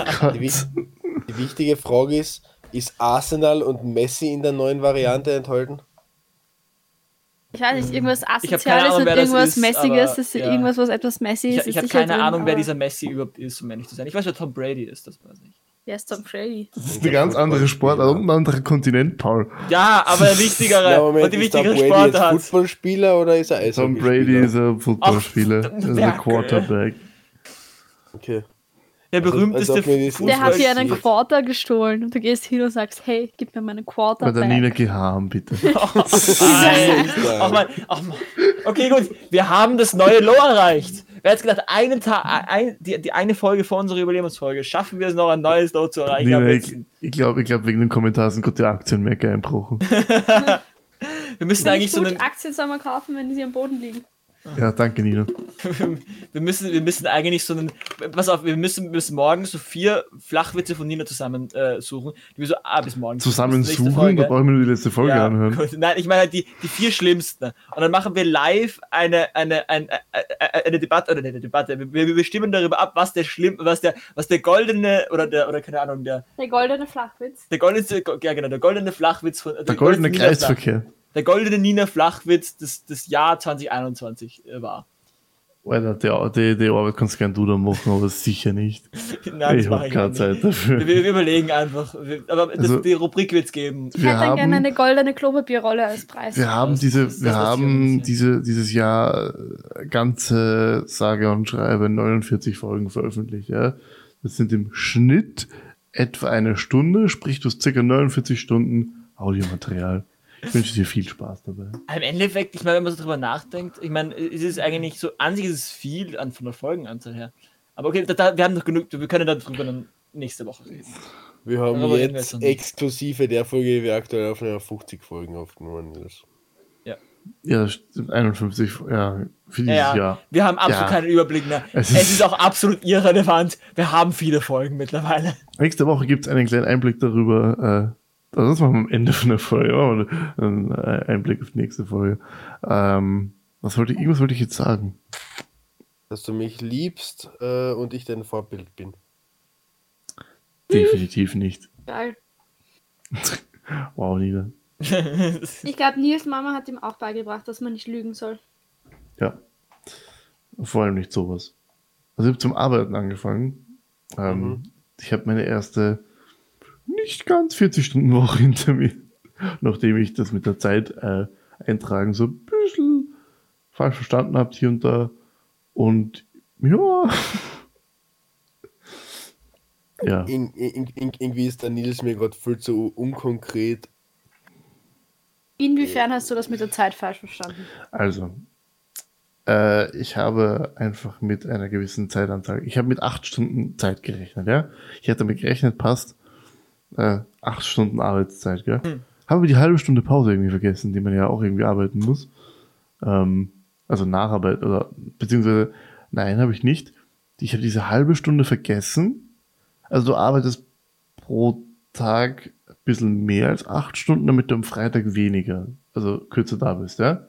Ist,
Gott.
die, wich- die wichtige Frage ist, ist Arsenal und Messi in der neuen Variante enthalten?
Ich weiß nicht, irgendwas
Ich hab
Asoziales
keine Ahnung,
und
wer das
irgendwas
ist,
Messiges,
aber,
das ist
ja.
irgendwas, was etwas messy
Ich,
ist.
ich
ist
habe
sicher
keine
drin,
Ahnung, wer
aber-
dieser Messi überhaupt ist, um ehrlich zu sein. Ich weiß, wer Tom Brady ist, das weiß ich.
Wer ist Tom Brady?
Das ist eine ganz andere Sportart und ein anderer Kontinent, Paul.
Ja, aber der wichtigere
Ja,
und die
ist der
wichtigere
Brady
Sportart.
jetzt Footballspieler oder ist er
Tom
Eishockeyspieler?
Brady ist ein Footballspieler.
Ach,
Er ist ein
Merkel.
Quarterback.
Okay.
Der
Also,
berühmteste
als ob mir das-
Fußball-
Der hat dir einen
passiert.
Quarter gestohlen und du gehst hin und sagst, hey, gib mir meinen Quarter.
Bei der Nina
back.
Geharm, bitte.
Ah,
Nein. Ach man, ach man. Okay, gut. Wir haben das neue Low erreicht. Wer hätte gedacht, einen Tag, ein, die, die eine Folge vor unserer Jubiläumsfolge, schaffen wir es noch, ein neues Low zu erreichen?
Nina,
Aber
ich
jetzt-
ich glaube, ich glaub, wegen den Kommentaren sind gerade die Aktienmärkte einbrochen.
wir müssen
Finde
eigentlich
ich
so
gut,
einen,
Aktien soll man kaufen, wenn sie am Boden liegen.
Ja, danke, Nina.
wir müssen, wir müssen eigentlich so einen, pass auf, wir müssen bis morgen so vier Flachwitze von Nina zusammen äh, suchen, die wir so, ah, bis morgen.
Zusammen
Bis nächste
suchen,
Folge.
da brauchen wir nur die letzte Folge anhören.
gut. Nein, ich meine halt die, die vier schlimmsten. Und dann machen wir live eine, eine, ein- äh, äh, eine Debatte, oder nicht eine Debatte, wir, wir wir stimmen darüber ab, was der schlimm, was der, was der goldene, oder der, oder keine Ahnung, der,
Der goldene Flachwitz.
der goldene, ja genau, der goldene Flachwitz von, äh,
Der goldene
Nina Flach-
Kreisverkehr.
Der goldene Nina Flachwitz des, des Jahr 2021 war.
Alter, die, die, die Arbeit kannst gern du dann machen, aber sicher nicht.
Nein,
ich
mach
habe keine
nicht.
Zeit dafür.
Wir, wir überlegen einfach. Wir, aber das,
Also-
die Rubrik wird's geben.
Ich
Wir
hätte dann gerne
haben,
eine goldene Klopapierrolle als Preis.
wir haben
Das-
diese,
das- das
wir
ist das
haben
Schönste.
diese, dieses Jahr äh, ganze Sage und Schreibe 49 Folgen veröffentlicht. Ja? Das sind im Schnitt etwa eine Stunde, sprich du hast circa 49 Stunden Audiomaterial. Ich wünsche dir viel Spaß dabei.
Im Endeffekt, ich meine, wenn man so drüber nachdenkt, ich meine, es ist eigentlich so, an sich ist es viel an, von der Folgenanzahl her. Aber okay, da, da, wir haben noch genug, wir können darüber dann nächste Woche reden.
Wir haben
Darüber reden wir jetzt
jetzt
noch nicht.
exklusive der Folge, die wir aktuell aufnehmen, 50 Folgen aufgenommen. Nils.
Ja, das stimmt, 51, ja, für dieses
Ja,
Jahr.
wir haben
Ja.
absolut keinen Überblick mehr.
Es
Es
ist-
ist, auch absolut irrelevant. Wir haben viele Folgen mittlerweile.
Nächste Woche gibt es einen kleinen Einblick darüber. Äh, also das machen wir am Ende von der Folge. Machen wir einen äh, Einblick auf die nächste Folge. Ähm, was wollte ich, irgendwas wollte ich jetzt sagen.
Dass du mich liebst äh, und ich dein Vorbild bin.
Definitiv nicht.
Geil.
Wow, Nina.
Ich glaube, Nils Mama hat ihm auch beigebracht, dass man nicht lügen soll.
Ja. Vor allem nicht sowas. Also ich habe zum Arbeiten angefangen. Ähm, Ich habe meine erste nicht ganz 40-Stunden-Woche hinter mir, nachdem ich das mit der Zeit äh, eintragen so ein bisschen falsch verstanden habe hier und da. Und ja. ja.
In, in, in, irgendwie ist der Nils mir gerade viel zu unkonkret.
Inwiefern hast du das mit der Zeit falsch verstanden?
Also, äh, ich habe einfach mit einer gewissen Zeitanzahl, ich habe mit acht Stunden Zeit gerechnet, ja. Ich hätte damit gerechnet, passt, äh, acht Stunden Arbeitszeit, gell.
Hm.
Habe aber die halbe Stunde Pause irgendwie vergessen, die man ja auch irgendwie arbeiten muss. Ähm, also Nacharbeit oder, beziehungsweise, nein, habe ich nicht. Ich habe diese halbe Stunde vergessen. Also du arbeitest pro Tag ein bisschen mehr als acht Stunden, damit du am Freitag weniger, also kürzer da bist, ja?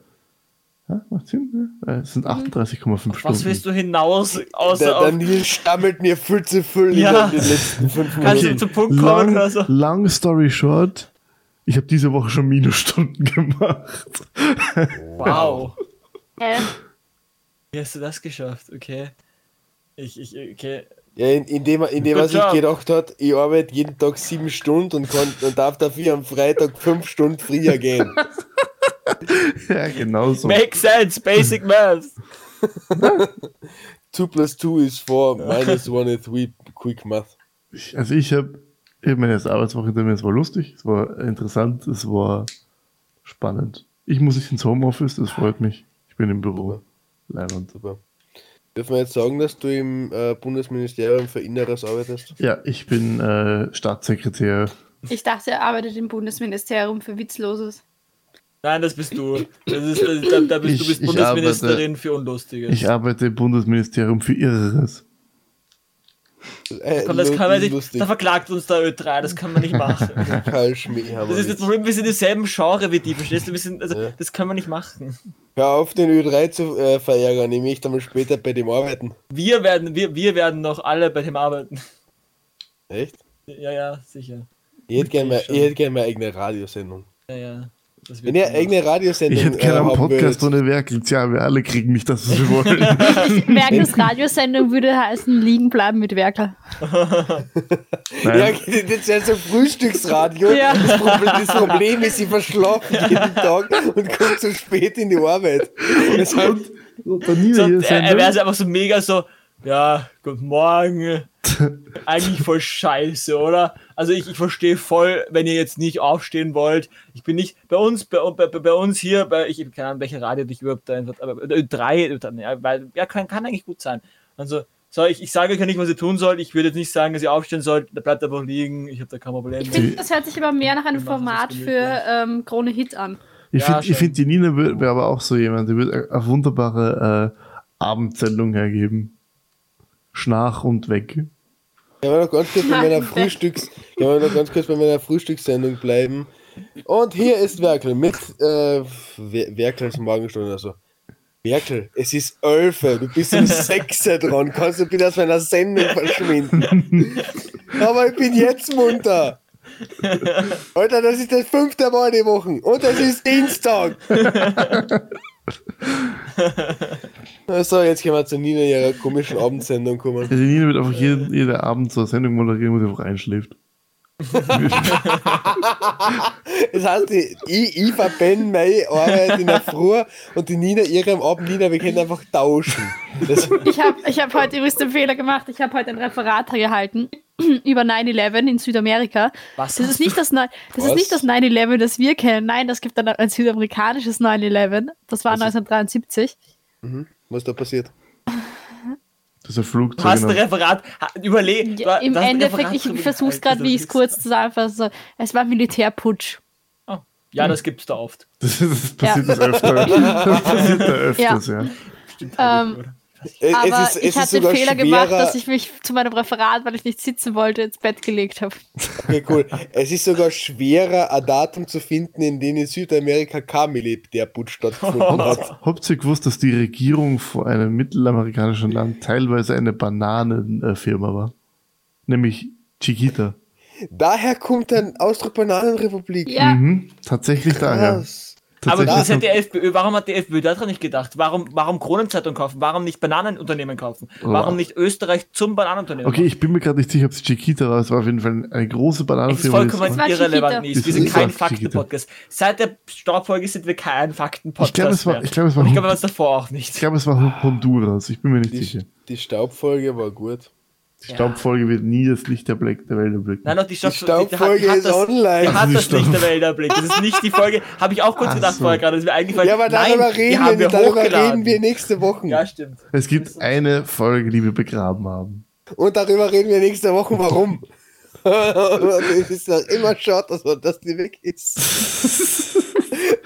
Ja, macht Sinn, ne? Äh, Es sind 38,5 Stunden.
Mhm. Was willst du hinaus, außer
der, der
auf,
Nils stammelt mir viel zu viel
Ja.
in den letzten fünf
kannst
Minuten.
du zum Punkt kommen
Long,
oder so?
long story short, ich habe diese Woche schon Minusstunden gemacht.
Wow.
Äh,
Wie hast du das geschafft? Okay. Ich, ich, okay.
Ja, in, in dem, in dem
Good
was ich
job.
gedacht hat, ich arbeite jeden Tag sieben Stunden und, kann, und darf dafür am Freitag fünf Stunden früher gehen.
ja, genau so.
Makes sense, basic math.
2 plus 2 is 4, minus 1 is 3, quick math.
Ich, also ich habe ich meine erste Arbeitswoche hinter mir, es war lustig, es war interessant, es war spannend. Ich muss nicht ins Homeoffice, das freut mich. Ich bin im Büro. Leibend.
Super. Dürfen wir jetzt sagen, dass du im äh, Bundesministerium für Inneres arbeitest?
Ja, ich bin äh, Staatssekretär.
Ich dachte, er arbeitet im Bundesministerium für Witzloses.
Nein, das bist du. Das ist, das, da, da bist,
Ich-
du bist
ich
Bundesministerin
arbeite-
für Unlustiges.
Ich arbeite im Bundesministerium für Irreres.
Äh,
Komm, das
lu-
kann man nicht,
lustig.
da verklagt uns der Ö3, das kann man nicht machen.
Karl Schmähhammer.
Das ist das Problem, wir sind im selben Genre wie die, verstehst du? Wir sind, also,
Ja.
Das kann man nicht machen.
Hör auf, den Ö3 zu äh, verärgern, ich möchte mal später bei dem arbeiten.
Wir werden, wir, wir werden noch alle bei dem arbeiten.
Echt?
Ja, ja, sicher.
Ich hätte gerne
schon.
hätt gern meine eigene Radiosendung.
Ja, ja. Das wird
Wenn ihr
gemacht.
eigene Radiosendung äh,
Ich hätte gerne einen
haben
Podcast
würdet,
ohne Werkel. Tja, wir alle kriegen nicht das, was wir wollen.
Werkels Radiosendung würde heißen Liegen bleiben mit Werkel.
Ja,
Nein,
geht jetzt ja zum Frühstücksradio.
Ja.
Das, Problem, das Problem ist, sie verschlafen jeden Tag und kommt zu spät in die Arbeit. Das heißt,
und dann nieder
so,
hier
er, er
sein.
wäre so einfach so mega so, ja, guten Morgen. Eigentlich voll scheiße, oder? Also ich, ich verstehe voll, wenn ihr jetzt nicht aufstehen wollt. Ich bin nicht, bei uns, bei, bei, bei uns hier, bei, ich keine Ahnung, welche Radio dich überhaupt da wird, aber Ö- Ö3, Ö3, ja, weil, ja kann, kann eigentlich gut sein. Also, so, ich, ich sage euch ja nicht, was ihr tun sollt. Ich würde jetzt nicht sagen, dass ihr aufstehen sollt. Da bleibt einfach liegen. Ich habe da kein Problem.
Ich
mit.
finde, das hört sich aber mehr nach einem
Wir machen das
Format für
gemütlich.
ähm, Krone Hit an.
Ich
Ja,
finde,
schon.
find, die Nina wäre wär aber auch so jemand. Die würde eine wunderbare äh, Abendsendung hergeben. Schnarch und weg.
Kann man noch ganz kurz bei meiner Frühstücks, kann man noch ganz kurz bei meiner Frühstückssendung bleiben. Und hier ist Werkel mit äh, Wer- Werkels Morgenstunde. Also Werkel, es ist Elfe, du bist um 6 dran. Kannst du bitte aus meiner Sendung verschwinden? Aber ich bin jetzt munter. Alter, das ist das fünfte Mal die Woche. Und es ist Dienstag. So, jetzt können wir zu Nina ihrer komischen Abendsendung kommen.
Also die Nina wird einfach
Äh.
jeden, jeden Abend so eine Sendung moderieren, wo sie einfach einschläft.
Das heißt, ich, ich, ich verbände meine Arbeit in der Früh und die Nina ihre am Abend Nina, wir können einfach tauschen. Das,
Ich habe ich hab heute übrigens den Fehler gemacht. Ich habe heute ein Referat gehalten über 9-11 in Südamerika.
Was?
Das ist nicht das, Neu- das, ist
Was?
nicht das 9-11, das wir kennen. Nein, das gibt ein, ein südamerikanisches 9-11. Das war 1973.
was da passiert.
Das ist ein Flugzeug.
Du hast ein
genau.
Referat, ha- überleg.
Ja, Im
du hast ein
Endeffekt,
Referat
ich
drüber
versuche es
gehalten,
gerade, wie ich es
das
kurz
ist-
zusammenfasse. Es war Militärputsch.
Oh. Ja, das gibt's da oft.
Das, ist, das passiert das öfter. Das passiert da öfters, ja.
Ähm,
Es,
Aber
es ist, es
ich
ist
hatte den
sogar
Fehler
schwerer.
gemacht, dass ich mich zu meinem Referat, weil ich nicht sitzen wollte, ins Bett gelegt habe.
okay, cool. Es ist sogar schwerer, ein Datum zu finden, in dem in Südamerika Kamele der Putsch stattgefunden hat.
Habt ihr gewusst, dass die Regierung vor einem mittelamerikanischen Land teilweise eine Bananenfirma war? Nämlich Chiquita.
Daher kommt ein Ausdruck Bananenrepublik.
Ja,
Mhm, tatsächlich daher.
Krass.
aber das ist ja
Tatsächlich
die FPÖ. Warum hat die FPÖ daran nicht gedacht? Warum, warum Kronenzeitung kaufen? Warum nicht Bananenunternehmen kaufen? Warum nicht Österreich zum Bananenunternehmen?
Oh, okay,
machen?
ich bin mir gerade nicht sicher, ob es Chiquita war. Es war auf jeden Fall eine große
es ist
Bananenfirma. die es war.
vollkommen
war
irrelevant.
Chiquita.
Nies. Wir
Das
sind
ist
kein
doch Chiquita.
Faktenpodcast. Seit der Staubfolge sind wir kein Faktenpodcast.
Ich glaube, es war-
mehr.
ich glaube, es war
Und ich glaube,
Hund-
was davor auch
ich
nicht.
glaube, es war Honduras. Ich bin mir nicht sicher.
Die, die Staubfolge war gut.
Die Staubfolge wird nie das Licht der, Black, der Welt erblicken.
Nein, doch, die, Staub
Staubfolge ist online.
Die hat
Also
das
die
nicht der
Staub-
Welterblick. Das ist nicht die Folge. Habe ich auch kurz
Ach
gedacht
so.
vorher gerade. Das ist mir eingefallen.
Ja, aber
Nein,
darüber
die
reden wir
haben
nicht. Darüber
hochgeladen.
reden wir nächste Woche.
Ja, stimmt.
Es gibt eine Folge, die wir begraben haben.
Und darüber reden wir nächste Woche, warum. es ist doch immer schade, dass man das nicht weg ist.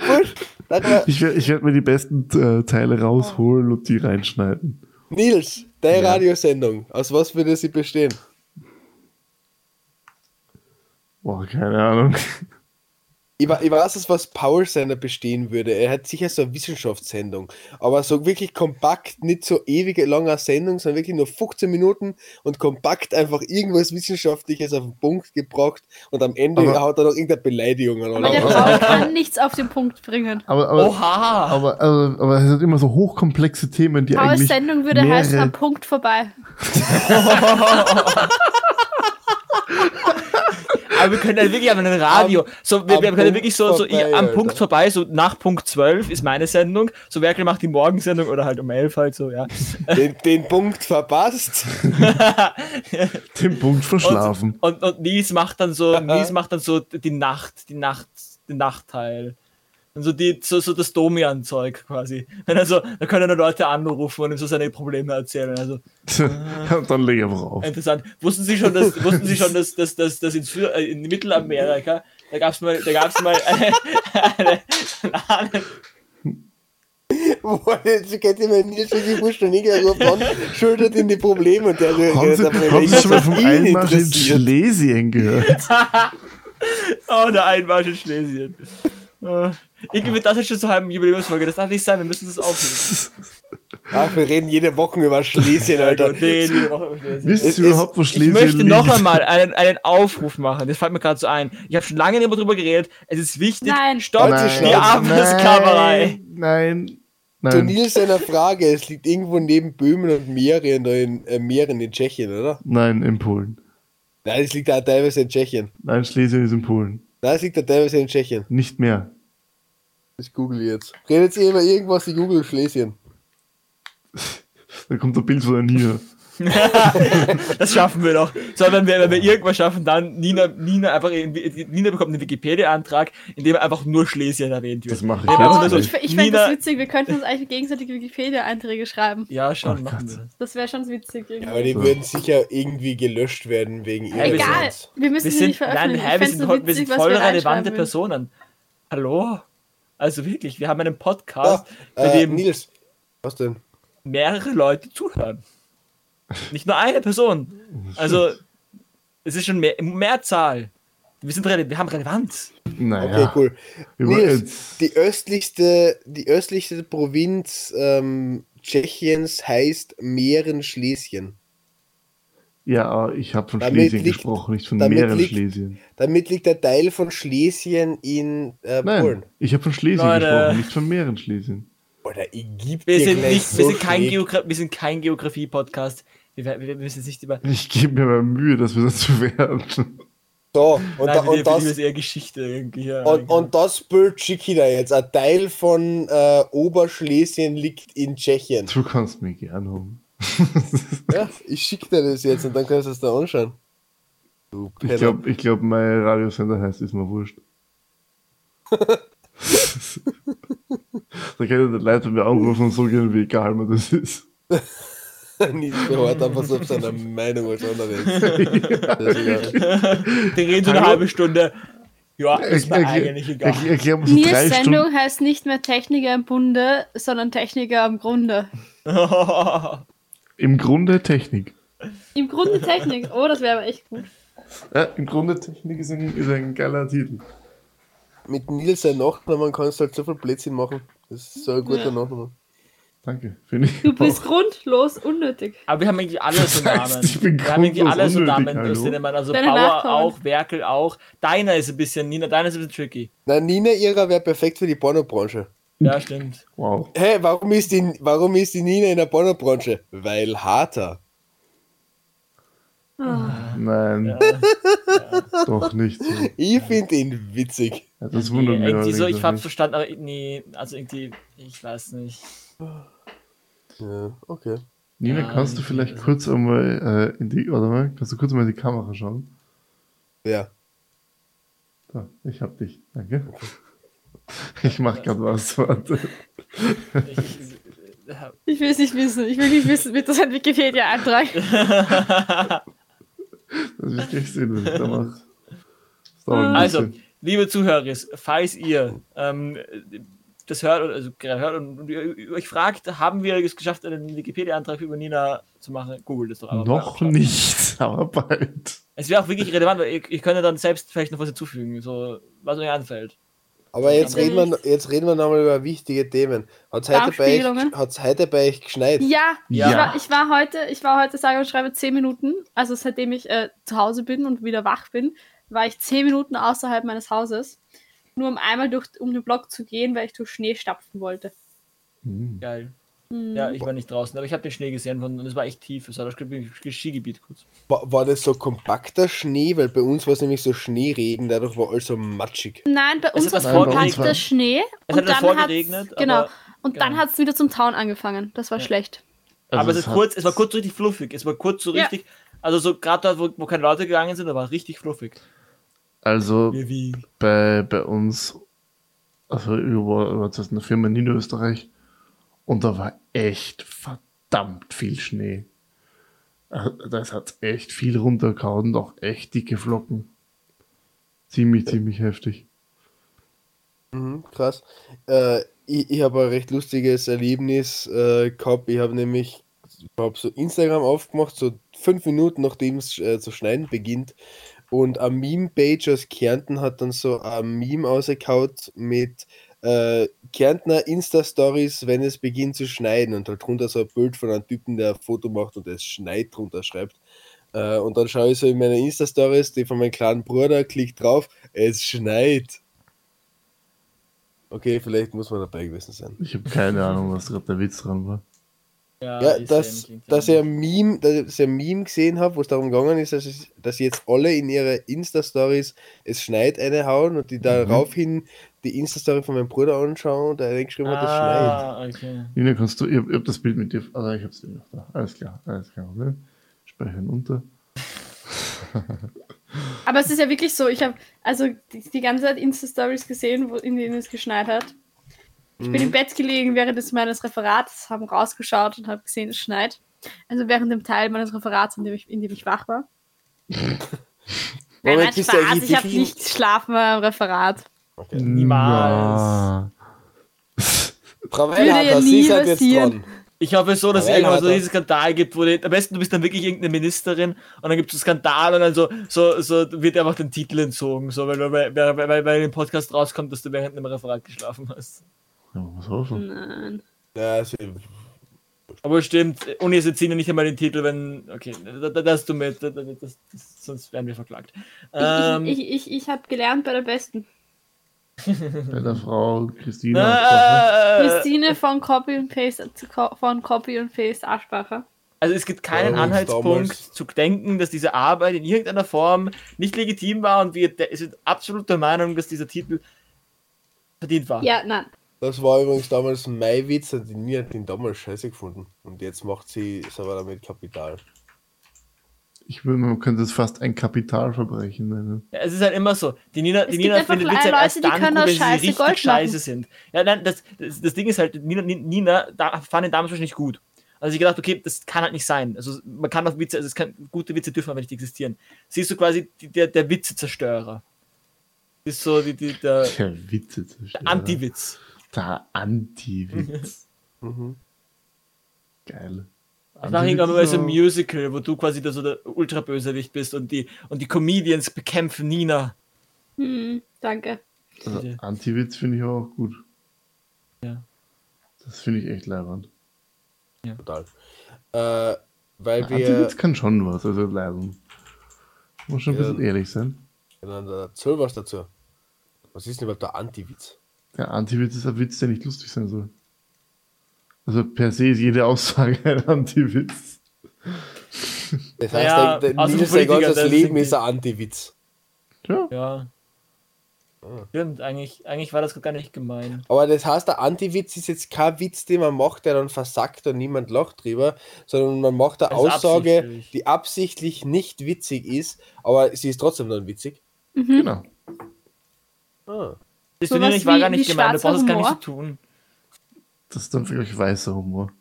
Wurscht. Darüber-
Ich werde ich werd mir die besten äh, Teile rausholen und die reinschneiden.
Nils, deine Radiosendung, aus was würde sie bestehen?
Boah, keine Ahnung.
Ich, wa- ich weiß es, was Paul seiner bestehen würde. Er hat sicher so eine Wissenschaftssendung, aber so wirklich kompakt, nicht so ewige langer Sendung, sondern wirklich nur 15 Minuten und kompakt einfach irgendwas Wissenschaftliches auf den Punkt gebracht und am Ende
Aber-
haut er noch irgendeine Beleidigung an.
aber der Paul kann nichts auf den Punkt bringen.
Aber, aber,
Oha!
aber, aber, aber es sind immer so hochkomplexe Themen, die
Pauls
eigentlich.
Sendung würde
mehrere,
heißen, am Punkt vorbei.
Aber wir können ja wirklich an ein Radio. So, wir,
am
wir können ja
Punkt
wirklich so, so
vorbei,
ich, am
Alter.
Punkt vorbei, so nach Punkt 12 ist meine Sendung. So Werkel macht die Morgensendung oder halt um 11 halt so, ja.
Den, den Punkt verpasst.
Den Punkt verschlafen.
Und, und Nies macht dann so, Nies macht dann so die Nacht, die Nacht, den Nachtteil. Und so, die, so, so das Domian-Zeug quasi. Wenn er so, da können dann Leute anrufen und ihm so seine Probleme erzählen. Also,
Und dann leg einfach auf.
interessant. Wussten Sie schon, dass, wussten Sie schon, dass, dass, dass, dass in, Syr äh, in Mittelamerika, da gab es mal, da gab's mal eine, eine, eine,
Boah, Jetzt kennt ihr meinen Nils schon die Wurst und Inga ruft an, schultert in die Probleme und der
Haben
reagiert
Sie, haben Sie schon mal vom Einmarsch in Schlesien gehört?
oh, der Einmarsch in Schlesien. Äh, Irgendwie wird das jetzt schon zu halben Jubiläumsfolge. Das darf nicht sein, wir müssen das aufnehmen.
Ach, wir reden jede Woche über Schlesien, Alter.
Nee, nee, noch- nee,
Wisst
Es
ihr
ist-
überhaupt, wo Schlesien
Ich möchte
liegt?
noch einmal einen, einen Aufruf machen. Das fällt mir gerade so ein. Ich habe schon lange nicht mehr drüber geredet. Es ist wichtig.
Nein.
Stoppt die Arbeitssklaverei.
Nein,
Zu
nein,
Nils seiner Frage, es liegt irgendwo neben Böhmen und Mähren, da in, äh, Mähren in Tschechien, oder?
nein, in Polen.
Nein, es liegt da teilweise in Tschechien.
Nein, Schlesien ist in Polen.
Nein, es liegt da teilweise in Tschechien.
Nicht mehr.
Ich google jetzt. Redet ihr über irgendwas, die google Schlesien.
Da kommt ein Bild von der Nina.
Das schaffen wir doch. So, wenn wir, wenn wir irgendwas schaffen, dann Nina, Nina einfach in, Nina bekommt einen Wikipedia-Antrag, in dem einfach nur Schlesien erwähnt wird.
Das mache ich
Aber
jetzt
Oh, ich,
nicht.
ich fände das
Nina-
witzig, wir könnten uns eigentlich gegenseitig Wikipedia-Einträge schreiben.
Ja, schon.
Ach
machen
Oh Gott.
wir.
Das wäre schon witzig. irgendwie.
Aber die würden sicher irgendwie gelöscht werden wegen
Egal,
Irrsinns.
wir müssen
Wir
sie nicht
sind,
veröffentlichen.
nein,
Ich
hä, wir
fänd's
sind,
nur
voll- wir
witzig,
sind
was
voll
reinschreiben
relevante
würden.
Personen. Hallo? Also wirklich, wir haben einen
Ah,
Podcast,
Oh,
bei
äh,
dem
Nils, was denn?
mehrere Leute zuhören. Nicht nur eine Person.
Oh,
Also, es ist schon mehr, Mehrzahl. Wir, sind rele- wir haben Relevanz.
Okay,
Naja,
cool.
über
Nils,
jetzt.
die östlichste, die östlichste Provinz ähm, Tschechiens heißt Mähren-Schlesien.
Ja, aber ich habe von
Damit
Schlesien
liegt-
gesprochen, nicht von
damit
mehreren
liegt-
Schlesien.
Damit liegt der Teil von Schlesien in äh, Polen.
Nein, ich habe von Schlesien
Leute.
gesprochen, nicht von mehreren Schlesien.
Oder Ägypten.
Wir sind, nicht, wir
so
sind kein,
schräg.
Geogra wir sind kein Geografie-Podcast. Wir, wir, wir müssen jetzt nicht über.
Ich gebe mir mal Mühe, dass wir dazu werden.
So, und,
Nein,
da,
wir, wir
und, das,
ist eher Geschichte irgendwie. Ja,
Und, und das Bild schicke ich dir jetzt. Ein Teil von äh, Oberschlesien liegt in Tschechien.
Du kannst mich gern haben.
Ja, ich schicke dir das jetzt und dann kannst du es da anschauen. Du
Ich
Penner.
glaube, ich glaub, mein Radiosender heißt Ist mir wurscht. da können die Leute mir anrufen und so gehen, wie egal mir das ist.
Nils beharrt einfach so auf seiner Meinung als andere. Das ist egal.
die reden so eine
Hallo?
halbe Stunde. Ja, ist mir
Erklär-
eigentlich egal.
erklär- Erklär mir so drei
Nils Sendung
Stunden.
heißt nicht mehr Techniker im Bunde, sondern Techniker am Grunde.
Im Grunde Technik.
Im Grunde Technik. Oh, das wäre aber echt gut.
Ja, Im Grunde Technik ist ein, ist ein geiler Titel.
Mit Nils sein Nachnamen kannst du halt so viel Blödsinn machen. Das ist so ein guter Nachname.
Danke. Finde ich.
Du bist
auch.
grundlos unnötig.
Aber wir haben eigentlich alle so
Das heißt,
Namen.
ich bin
wir haben irgendwie
grundlos
alle so
unnötig,
Namen
hallo?
aus denen man. Also
Deine
Bauer
Nachkommen.
auch, Werkel auch. Deiner ist ein bisschen, Nina, deiner ist ein bisschen tricky.
Na, Nina Irrer wäre perfekt für die Pornobranche.
Ja, stimmt.
Wow.
Hä, hey, warum, ist die- warum ist die Nina in der Pornobranche? Weil harter.
Nein. Doch nicht so.
Ich finde ihn witzig.
Ja, das
Nee,
wundert mich.
irgendwie so,
allerdings
ich
auch
hab
nicht.
verstanden, aber nee, also irgendwie, ich weiß nicht.
Ja, okay.
Nina, kannst du vielleicht kurz einmal äh, in die. Warte mal, kannst du kurz mal in die Kamera schauen?
Ja.
Da, ich hab dich. Danke. Ich mach grad was. Warte.
Ich, ich, äh,
Ich will es nicht wissen. Ich will nicht wissen, wird das ein Wikipedia-Eintrag?
Das ist echt Sinn, was ich da mach. Das dauert ein
Also,
bisschen.
liebe Zuhörer, falls ihr ähm, das hört, oder- also gerade hört und, und ihr euch fragt, haben wir es geschafft, einen Wikipedia-Antrag über Nina zu machen, googelt es doch einfach.
Noch
mal.
nicht, aber bald.
Es wäre auch wirklich relevant, weil ihr, ihr könnt ja dann selbst vielleicht noch was hinzufügen, so was euch anfällt.
Aber jetzt
Aber
reden, wir,
nicht.
jetzt reden wir nochmal über wichtige Themen. Hat es heute, bei euch-
Darmspiegelungen?
hat's heute bei euch geschneit?
Ja,
Ja.
Ich, war, ich war heute, ich war heute, sage und schreibe, zehn Minuten, also seitdem ich äh, zu Hause bin und wieder wach bin, war ich zehn Minuten außerhalb meines Hauses, nur um einmal durch, um den Block zu gehen, weil ich durch Schnee stapfen wollte.
Hm.
Geil. Ja, ich war nicht draußen, aber ich habe den Schnee gesehen und es war echt tief. Es war das Skigebiet kurz.
War, war das so kompakter Schnee? Weil bei uns war es nämlich so Schneeregen, dadurch war alles so matschig.
Nein, bei uns
hat was
war
vorgeregnet.
kompakter Schnee. und
Es hat
dann
davor
hat's-
geregnet,
Genau.
aber-
Und
genau.
dann hat es wieder zum Tauen angefangen. Das war schlecht.
Also
aber es
es
ist
hat-
kurz, es war kurz so richtig fluffig. Es war kurz so
Ja.
richtig, also so gerade dort, wo, wo keine Leute gegangen sind, da war es richtig fluffig.
Also
Wie, wie.
bei, bei uns, also über war zuerst eine Firma in Niederösterreich und da war echt verdammt viel Schnee. Also Das hat echt viel runtergehauen und auch echt dicke Flocken. Ziemlich, ziemlich heftig.
Mhm, krass. Äh, ich ich habe ein recht lustiges Erlebnis äh, gehabt. Ich habe nämlich ich hab so Instagram aufgemacht, so fünf Minuten nachdem es äh, zu schneiden beginnt. Und eine Meme-Page aus Kärnten hat dann so ein Meme ausgekaut mit äh, Kärntner Insta-Stories, wenn es beginnt zu schneien. Und halt drunter so ein Bild von einem Typen, der ein Foto macht und es schneit drunter schreibt. Äh, und dann schaue ich so in meine Insta-Stories, die von meinem kleinen Bruder, klick drauf, es schneit. Okay, vielleicht muss man dabei gewesen sein.
Ich habe keine Ahnung, was gerade der Witz dran war.
Ah,
Ja,
ist
dass,
klingt
dass, ich
ähnlich.
ein Meme, dass ich ein Meme gesehen habe, wo es darum gegangen ist, dass, es, dass jetzt alle in ihre Insta-Stories es schneit eine hauen und die daraufhin die Insta-Story von meinem Bruder anschauen und der eine geschrieben hat, es schneit.
Ah, okay.
Nina, kannst du, ich habe hab das Bild mit dir, also ich habe es noch da. Alles klar, alles kein Problem. Speichern unter.
Aber es ist ja wirklich so, ich habe also die, die ganze Zeit Insta-Stories gesehen, wo, in denen es geschneit hat. Ich bin im Bett gelegen während des meines Referats, haben rausgeschaut und habe gesehen, es schneit. Also während dem Teil meines Referats, in dem ich, in dem ich wach war. Nein,
Moment,
nein,
bist du
Spaß,
eigentlich
ich habe
wirklich-
nicht geschlafen beim Referat.
Niemals.
Bravel hat
Würde ja
das,
nie
sie seid jetzt
passieren.
dran.
Ich hoffe so, dass es
Aber
irgendwann so
Alter.
diesen Skandal gibt, wo die, am besten du bist dann wirklich irgendeine Ministerin und dann gibt es einen Skandal und dann so, so, so wird einfach den Titel entzogen, so, weil, weil, weil, weil, weil im Podcast rauskommt, dass du während einem Referat geschlafen hast.
Ja, muss hoffen.
Nein.
Ja, also, sie,
Aber stimmt, Unis erziehen ja nicht einmal den Titel, wenn. Okay, da- da- das ist dumm, das, das, das, sonst werden wir verklagt. Ähm,
ich ich, ich, ich habe gelernt bei der Besten.
Mhm.
Bei der Frau Christina. Aschbacher.
ne?
äh,
Christine von Copy und Paste zu Co- von Copy und Paste Aschbacher.
also es gibt keinen
Ja,
Anhaltspunkt
damals.
zu denken, dass diese Arbeit in irgendeiner Form nicht legitim war und wir de- sind absolut der Meinung, dass dieser Titel verdient war.
Ja, nein.
das war übrigens damals mein Witz und die Nia hat ihn damals scheiße gefunden. Und jetzt macht sie es aber damit Kapital.
Ich würde, man könnte es fast ein Kapitalverbrechen nennen.
Ja, Es ist halt immer so. Die Nina, die
gibt
Nina
einfach
findet Witze halt
Leute,
erst
die
dann
können
gut,
aus
wenn sie
Scheiße
richtig
Gold machen.
scheiße sind. Ja, nein, das, das, das Ding ist halt, Nina, Nina da, fand ihn damals wahrscheinlich gut. Also ich gedacht, okay, das kann halt nicht sein. Also man kann auf Witze, also es kann, gute Witze dürfen aber nicht existieren. Sie ist so quasi die, der, der Witzezerstörer. Sie Ist so die, die, der,
Der Witze zu
der Anti-Witz.
Der Anti-Witz. Geil.
Mhm. Ich mache irgendwann mal so ein
Anti-Witz
Musical, wo du quasi der, so der Ultrabösewicht bist und die, und die Comedians bekämpfen Nina.
Hm, danke.
ist auch- also Anti-Witz finde ich aber auch gut.
Ja.
Das finde ich echt leibend.
Total. Äh, weil wir
Anti-Witz kann schon was, also leibend. Muss schon ein
Ja.
bisschen ehrlich sein.
miteinander erzähl Genau, was dazu. Was ist denn überhaupt der Anti-Witz?
Der Anti-Witz ist ein Witz, der nicht lustig sein soll. Also per se ist jede Aussage ein Anti-Witz.
Das heißt,
Ja,
der, der,
also
Nils,
für
sein
Politiker,
ganzes
das
Leben
sind
ist
die-
ein Anti-Witz.
Ja.
Ja. Stimmt, eigentlich, eigentlich war das gar nicht gemein.
Aber das heißt, der Anti-Witz ist jetzt kein Witz, den man macht, der dann versackt und niemand lacht drüber, sondern man macht eine
Also
Aussage,
absichtlich.
die absichtlich nicht witzig ist, aber sie ist trotzdem dann witzig.
Mhm.
Genau.
Ah.
Sowas
Das Turnier nicht war
wie-
gar nicht
wie
gemeint, du
schwarzer
brauchst es gar nicht zu
Humor.
tun.
Das ist dann vielleicht weißer Humor.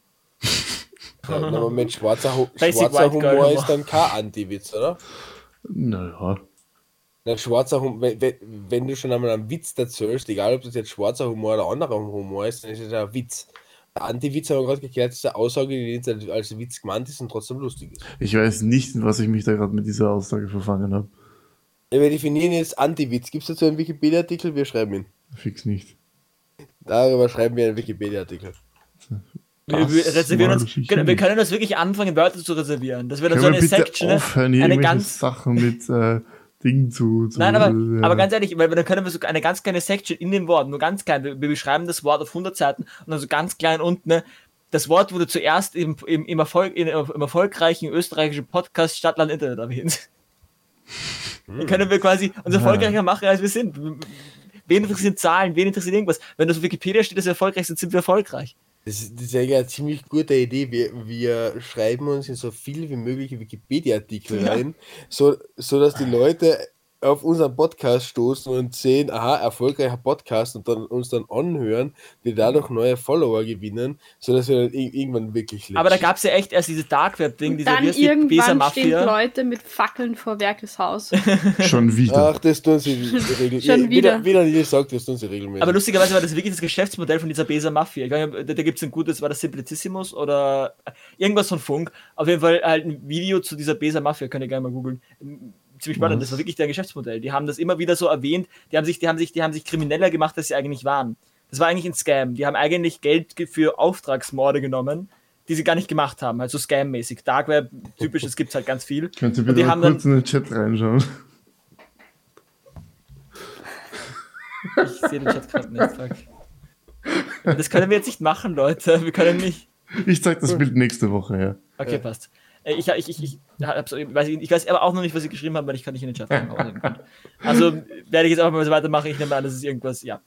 Ja, na, aber mit schwarzer, Hu-
Basic
schwarzer
White Girl
Humor
Humor.
ist dann kein Anti-Witz, oder?
Naja.
Na, schwarzer Humor, wenn, wenn wenn du schon einmal einen Witz erzählst, egal ob das jetzt schwarzer Humor oder anderer Humor ist, dann ist es ja ein Witz. Der Anti-Witz haben wir gerade geklärt, ist eine Aussage, die jetzt als Witz gemeint ist und trotzdem lustig ist.
Ich weiß nicht, in was ich mich da gerade mit dieser Aussage verfangen habe.
Ja, Wir definieren jetzt Anti-Witz. Gibt es dazu einen Wikipedia-Artikel? Wir schreiben ihn.
Fix nicht.
Darüber schreiben wir einen Wikipedia-Artikel.
Wir, wir
Das
reservieren
mag
uns.
ich
Können, wir
nicht.
können das wirklich anfangen, Wörter zu reservieren. Das wäre dann
Können
so
wir bitte
eine Section. ne?
aufhören, hier
eine
irgendwelche
ganz.
Sachen mit äh, Dingen zu, zu. äh,
Nein, aber,
ja.
aber ganz ehrlich, weil weil dann können wir so eine ganz kleine Section in den Worten, nur ganz klein. Wir, wir beschreiben das Wort auf 100 Seiten und dann so ganz klein unten. Ne, das Wort wurde zuerst im, im, im, Erfolg, in, im erfolgreichen österreichischen Podcast Stadtland Internet erwähnt.
Hm.
Dann können wir quasi uns erfolgreicher machen, als wir sind. Wen interessieren Zahlen? Wen interessiert irgendwas? Wenn das auf Wikipedia steht, dass wir erfolgreich sind, sind wir erfolgreich.
Das ist, das ist eigentlich eine ziemlich gute Idee. Wir, wir schreiben uns in so viel wie mögliche Wikipedia-Artikel rein, so, so dass die Leute auf unseren Podcast stoßen und sehen, aha, erfolgreicher Podcast und dann uns dann anhören, wir dadurch neue Follower gewinnen, sodass wir dann ir- irgendwann wirklich
Aber da gab es ja echt erst dieses Dark Web-Ding, diese
Dann
wie heißt die
irgendwann stehen
Besa-Mafia.
Leute mit Fackeln vor Werkes Haus.
Schon wieder.
Ach, das tun sie regelmäßig.
Schon wieder.
Wieder, wieder nicht gesagt, das tun sie regelmäßig.
Aber lustigerweise war das wirklich das Geschäftsmodell von dieser Besa Mafia. Ich weiß nicht, da gibt es ein gutes, war das Simplicissimus oder irgendwas von Funk. Auf jeden Fall halt ein Video zu dieser Besa Mafia, könnt ihr gerne mal googeln. Ziemlich spannend, das war wirklich deren Geschäftsmodell. Die haben das immer wieder so erwähnt, die haben sich, die haben sich, die haben sich krimineller gemacht, als sie eigentlich waren. Das war eigentlich ein Scam. Die haben eigentlich Geld ge- für Auftragsmorde genommen, die sie gar nicht gemacht haben. Also scam-mäßig. Dark Web, typisch, es gibt halt ganz viel.
Könnt ihr
Und
bitte
die haben
mal
dann-
kurz in den Chat reinschauen?
Ich sehe den Chat gerade nicht. Fuck. Das können wir jetzt nicht machen, Leute. Wir können nicht.
Ich zeig das Bild nächste Woche her.
Okay, passt. Äh, Ich, ich, ich, ich, hab's, ich, weiß, ich weiß aber auch noch nicht, was ich geschrieben habe, weil ich kann nicht in den Chat rein. Also werde ich jetzt einfach mal so weitermachen. Ich nehme an, das ist irgendwas, ja.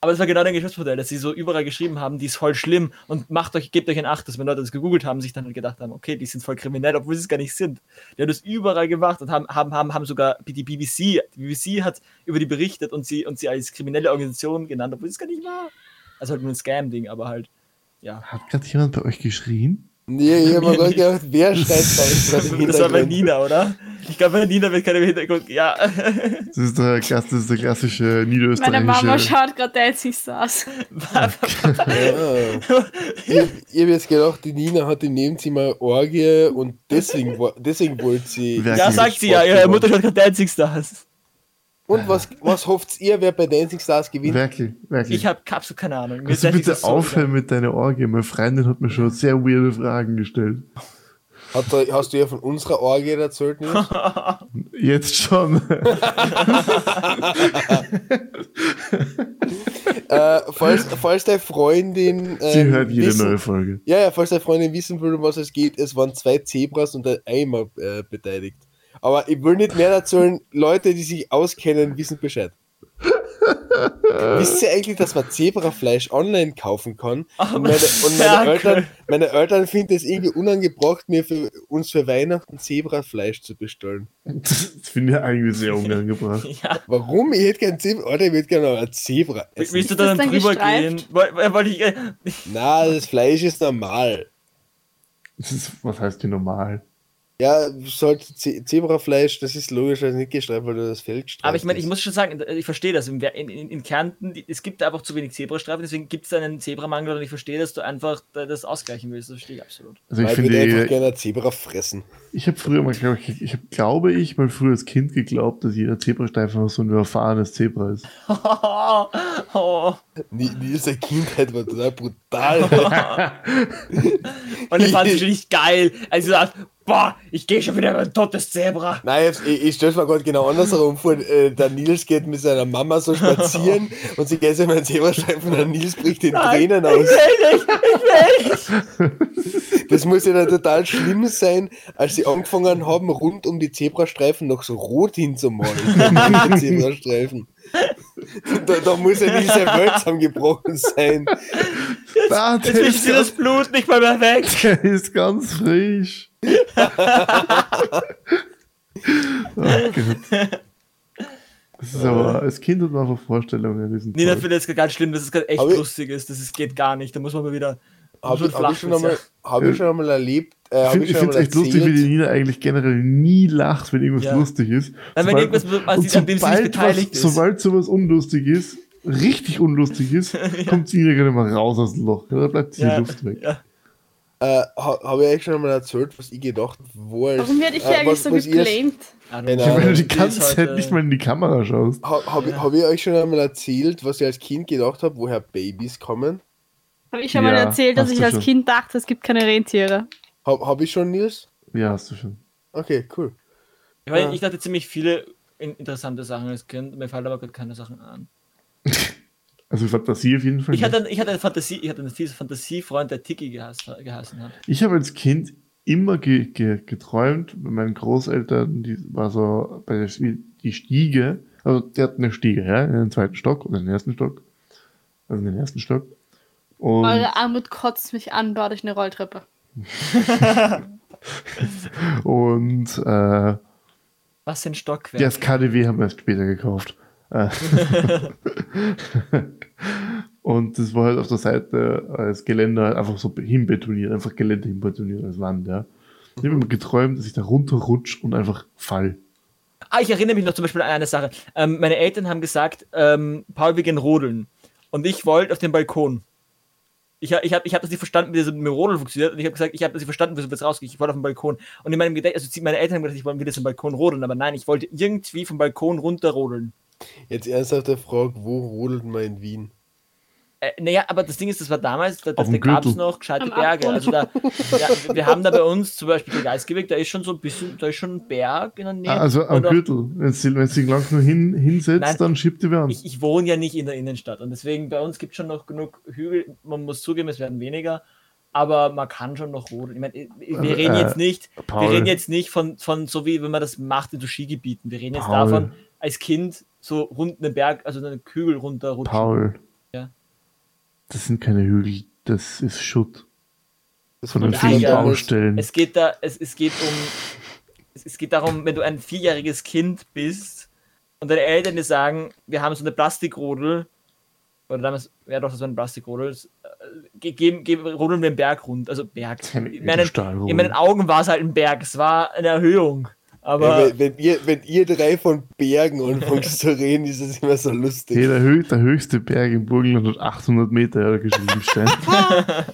Aber das war genau dein Geschäftsmodell, dass sie so überall geschrieben haben, die ist voll schlimm und macht euch, gebt euch ein Acht, dass wenn Leute das gegoogelt haben, sich dann gedacht haben, okay, die sind voll kriminell, obwohl sie es gar nicht sind. Die haben das überall gemacht und haben, haben, haben, haben sogar die BBC, die BBC hat über die berichtet und sie, und sie als kriminelle Organisation genannt, obwohl es gar nicht war. Also halt nur ein Scam-Ding, aber halt, ja.
Hat gerade jemand bei euch geschrien?
nee, ich habe mir gerade gedacht, wer schreit bei uns? gerade im
Das war bei
Hintergrund?
Nina, oder? Ich glaube, bei Nina wird keiner im Hintergrund. Ja.
Das ist der, Klass- das ist der klassische
Meine Mama
niederösterreichische.
schaut gerade, als ich saß.
Ja. Ich, ich habe jetzt gedacht, die Nina hat im Nebenzimmer Orgie und deswegen, wo- deswegen wollte sie.
Wer-
ja, sagt sie ja. Ihre Mutter schaut gerade Dancing Stars.
Und was, was hofft ihr, wer bei Dancing Stars gewinnt?
Wirklich, wirklich.
Ich habe absolut keine Ahnung. Mir ist
Kannst du
Dancing
bitte
Stars so
aufhören mit deiner Orgie? Meine Freundin hat mir schon sehr weirde Fragen gestellt.
Hat, da- hast du ja von unserer Orgie erzählt? Nils?
Jetzt schon.
äh, falls, falls deine Freundin.
Sie
ähm,
hört jede
wissen,
neue Folge.
Ja, ja, falls deine Freundin wissen will, um was es geht, es waren zwei Zebras und ein Eimer äh, beteiligt. Aber ich will nicht mehr erzählen, Leute, die sich auskennen, wissen Bescheid. Wisst ihr eigentlich, dass man Zebrafleisch online kaufen kann? Und meine, und meine,
Merkel.
Eltern, meine Eltern finden es irgendwie unangebracht, mir für, uns für Weihnachten Zebrafleisch zu bestellen.
Das finde ich eigentlich sehr unangebracht.
gut. Ja.
Warum? Ich hätte gern Zebra. Alter, ich hätte gerne ein Zebra.
Willst
Essen.
willst du
Ist das
dann,
dann
drüber
gestreift?
gehen? Woll- Wollte ich. äh,
Na, das Fleisch ist normal.
Das ist, was heißt hier normal?
Ja, sollte Ze Zebrafleisch, das ist logischerweise nicht gestreift, weil du das Feld streifst.
Aber ich meine, ich muss schon sagen, äh, ich verstehe das. In, in, in in Kärnten, die- es gibt da einfach zu wenig Zebrastreifen, deswegen gibt es da einen Zebramangel und ich verstehe, dass du einfach da- das ausgleichen willst. Das verstehe ich absolut.
Also ich
ich würde einfach
finde,
gerne ein Zebra fressen.
ich habe früher mal, glaub ich, ich hab, glaube ich, mal früher als Kind geglaubt, dass jeder Zebrastreifen auch so ein erfahrenes Zebra ist.
Oh, oh.
Nie, nie seine Kindheit war total brutal.
Und ich fand es nicht geil. Also, sagt, boah, ich gehe schon wieder über ein totes Zebra.
Nein, jetzt, ich, ich stell's mir gerade genau andersherum vor. Äh, der Nils geht mit seiner Mama so spazieren und sie geht sich mal einen Zebrastreifen und der Nils bricht in Tränen aus. Das muss ja dann total schlimm sein, als sie angefangen haben, rund um die Zebrastreifen noch so rot hinzumalen. Die Zebrastreifen. Da, da muss ja nicht sehr Welt zusammengebrochen sein.
Ah,
Jetzt will ich dir das Blut nicht mal mehr weg.
der ist ganz frisch. Ah, oh Gott. Das ist aber, als Kind hat man einfach Vorstellungen. Die sind
Nee, das
toll.
finde ich jetzt ganz schlimm, dass es gerade echt
Aber ich-
lustig ist. Das ist, geht gar nicht. Da muss man mal wieder. muss
Habe
man
ich, hab ich schon
sein.
einmal hab ich schon einmal erlebt. Äh,
ich
hab
finde
schon
es
einmal
echt lustig, wie
erzählt.
die Nina eigentlich generell nie lacht, wenn irgendwas
Ja.
lustig ist.
Nein, wenn irgendwas, was
und
sie- an dem sie nicht
sobald
beteiligt
was,
ist.
Sobald sowas unlustig ist, richtig unlustig ist, kommt sie Nina gerne mal raus aus dem Loch. Da bleibt die
Ja,
Luft weg.
ja.
Äh, ha- habe ich euch schon einmal erzählt, was ich gedacht wo ich,
Warum werde ich
äh,
hier eigentlich
was-
so
was ihr-
geblamed?
Ah, du-
Genau.
Weil du
die
die
ist
ganze Zeit
heute-
nicht mal in die Kamera schaust.
Ha, habe hab ich euch schon einmal erzählt, was ich als Kind gedacht habe, woher Babys kommen?
Habe ich schon
Ja,
mal erzählt, dass
hast
ich
du
als
schon.
Kind dachte, es gibt keine Rentiere.
Habe hab ich schon, Nils?
Ja, hast du schon.
Okay, cool.
Ich, meine, ich dachte ziemlich viele in- interessante Sachen als Kind. Mir fallen aber gerade keine Sachen an.
Also Fantasie auf jeden Fall.
Ich
nicht.
hatte, einen- ich hatte einen Fantasie, ich hatte einen fiesen Fantasiefreund, der Tiki gehasst, gehasst hat.
Ich habe als Kind immer ge ge geträumt, bei meinen Großeltern, die war so bei der Sti- die Stiege, also die hatten eine Stiege, ja, in den zweiten Stock oder in den ersten Stock. Also in den ersten Stock. Und
Eure Armut kotzt mich an, baut euch eine Rolltreppe.
und äh,
Was sind
Ja,
Stockwerke?
das KDW haben wir erst später gekauft. Äh. und das war halt auf der Seite als Geländer halt einfach so hinbetoniert, einfach Gelände hinbetoniert als Wand, ja. Ich habe immer geträumt, dass ich da runterrutsch und einfach fall.
Ah, ich erinnere mich noch zum Beispiel an eine Sache. Ähm, meine Eltern haben gesagt, ähm, Paul, wir gehen rodeln. Und ich wollte auf den Balkon. Ich, ha- ich habe ich hab das nicht verstanden, wie das mit dem Rodeln funktioniert. Und ich habe gesagt, ich habe das nicht verstanden, wieso wir jetzt rausgehen. Ich wollte auf den Balkon. Und in meinem Gedächtnis, also meine Eltern haben gedacht, ich wollte wieder zum Balkon rodeln. Aber nein, ich wollte irgendwie vom Balkon runterrodeln.
Jetzt ernsthafte Frage, wo rodelt man in Wien?
Äh, naja, aber das Ding ist, das war damals, da, da,
Auf dem
da gab es
Gürtel.
noch gescheite
Am
Berge.
Abgrund.
Also da, ja, wir haben da bei uns zum Beispiel den Geistgeweg, da ist schon so ein bisschen, da ist schon ein Berg in der Nähe.
also am
Und auch-
Gürtel. Wenn du wenn sie lang nur hin, hinsetzt,
Nein.
dann schiebt die wer an.
ich, ich wohne ja nicht in der Innenstadt und deswegen bei uns gibt es schon noch genug Hügel. Man muss zugeben, es werden weniger, aber man kann schon noch rodeln. Ich meine, wir reden
äh,
jetzt nicht,
Paul.
wir reden jetzt nicht von, von so wie wenn man das macht in so Skigebieten. Wir reden jetzt
Paul.
davon, als Kind so rund einen Berg, also einen Hügel runterrutschen.
Paul.
Ja.
Das sind keine Hügel, das ist Schutt.
Das
Von den
Ah,
vielen
ja.
Baustellen.
Es geht da, es, es geht um, es, es geht darum, wenn du ein vierjähriges Kind bist und deine Eltern dir sagen, wir haben so eine Plastikrodel, oder damals, ja doch, das war eine Plastikrodel, es, äh, ge- geben, geben, rodeln wir einen Berg rund, also Berg.
Keine
In meinen,
Edelstahlrodel.
in meinen Augen war es halt ein Berg, es war eine Erhöhung, aber
Wenn, wenn, ihr, wenn ihr drei von Bergen anfangt zu reden, ist es immer so lustig.
Hey, der, hö der höchste Berg im Burgenland hat 800 Meter, ja, der Geschwindigstein. der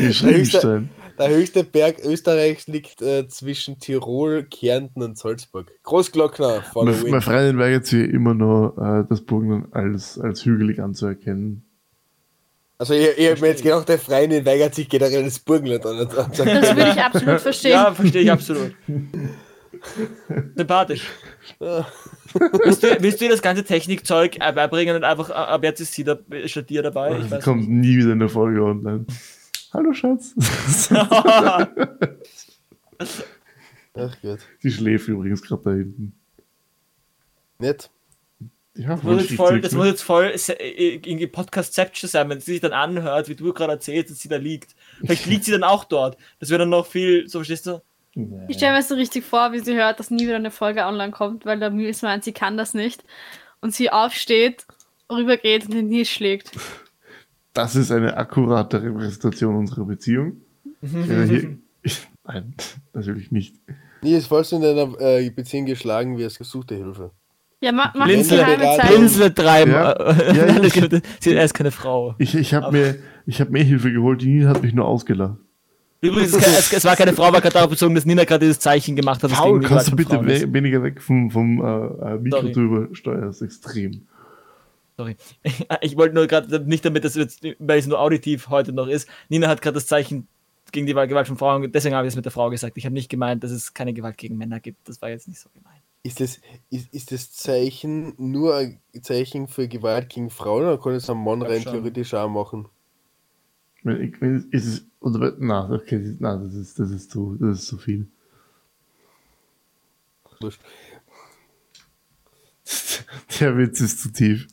Geschwindigstein.
Der höchste Berg Österreichs liegt äh, zwischen Tirol, Kärnten und Salzburg. Großglockner, follow
Meine, meine
it.
Freundin weigert sich immer noch, äh, das Burgenland als, als hügelig anzuerkennen.
Also ich, ich habe mir jetzt gedacht, der Freien weigert sich generell das Burgenland an. Und, und sagt,
Das würde ich absolut verstehen.
ja, verstehe ich absolut. Sympathisch. willst, du, willst du ihr das ganze Technikzeug äh, beibringen und einfach äh, Abertis Sider statt dir dabei?
Die
weiß
kommt nie wieder in der Folge online. Hallo Schatz.
Ach Gott,
Die schläft übrigens gerade da hinten.
nett.
Ja,
Das muss jetzt voll, das muss
mit.
jetzt voll se- äh, irgendwie Podcastception sein, wenn sie sich dann anhört, wie du gerade erzählst, dass sie da liegt. Vielleicht liegt sie dann auch dort. Das wäre dann noch viel, so verstehst du?
Ich stelle mir das so richtig vor, wie sie hört, dass nie wieder eine Folge online kommt, weil der Nils meint, sie kann das nicht. Und sie aufsteht, rübergeht und den Nils schlägt.
Das ist eine akkurate Repräsentation unserer Beziehung.
Mhm.
Äh, hier, ich, nein, natürlich nicht.
Nils, falls du in deiner äh, Beziehung geschlagen wirst, such dir Hilfe.
Ja, ma mach
Blinzel-
eine geheime
Beratung.
Zeichen.
Pinsel treiben.
Ja.
Äh,
Ja,
nein,
ich-
das gibt- sie er ist keine Frau.
Ich, ich habe mir, ich hab mir Hilfe geholt, die Nina hat mich nur ausgelacht.
Übrigens, es, es, es war keine Frau, war gerade darauf bezogen, dass Nina gerade dieses Zeichen gemacht hat. das
Paul,
gegen die
kannst du
Gewalt von
bitte
Frauen ist.
we weniger weg vom, vom äh, äh, Mikro
Sorry.
drüber steuern? Das ist extrem.
Sorry. Ich wollte nur gerade nicht damit, dass jetzt, weil es nur auditiv heute noch ist. Nina hat gerade das Zeichen gegen die Gewalt von Frauen, deswegen habe ich es mit der Frau gesagt. Ich habe nicht gemeint, dass es keine Gewalt gegen Männer gibt. Das war jetzt nicht so gemeint.
Ist das, ist, ist das Zeichen nur ein Zeichen für Gewalt gegen Frauen oder kann es am Mann
glaub
rein
schon.
theoretisch auch machen?
Ich meine, ich- Ist es, oder, na, okay, das ist- na, das ist, das ist zu, das ist zu viel.
Wurscht.
Der Witz ist zu tief.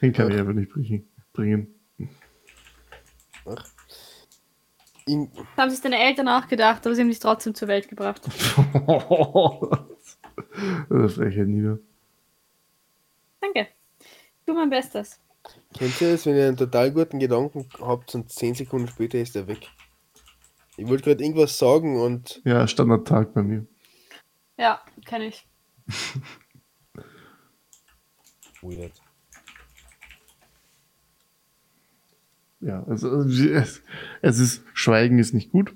Den kann ich aber nicht bringen. bringen.
In,
Das haben sich deine Eltern auch gedacht, aber sie haben dich trotzdem zur Welt gebracht.
Oder Frechheit nieder.
Danke. Ich tu mein Bestes.
kennt ihr das, wenn ihr einen total guten Gedanken habt und 10 Sekunden später ist er weg? Ich wollte gerade irgendwas sagen und
Ja, Standardtag bei mir.
Ja, kenne ich.
Weird.
Ja, also also, es, es ist, Schweigen ist nicht gut.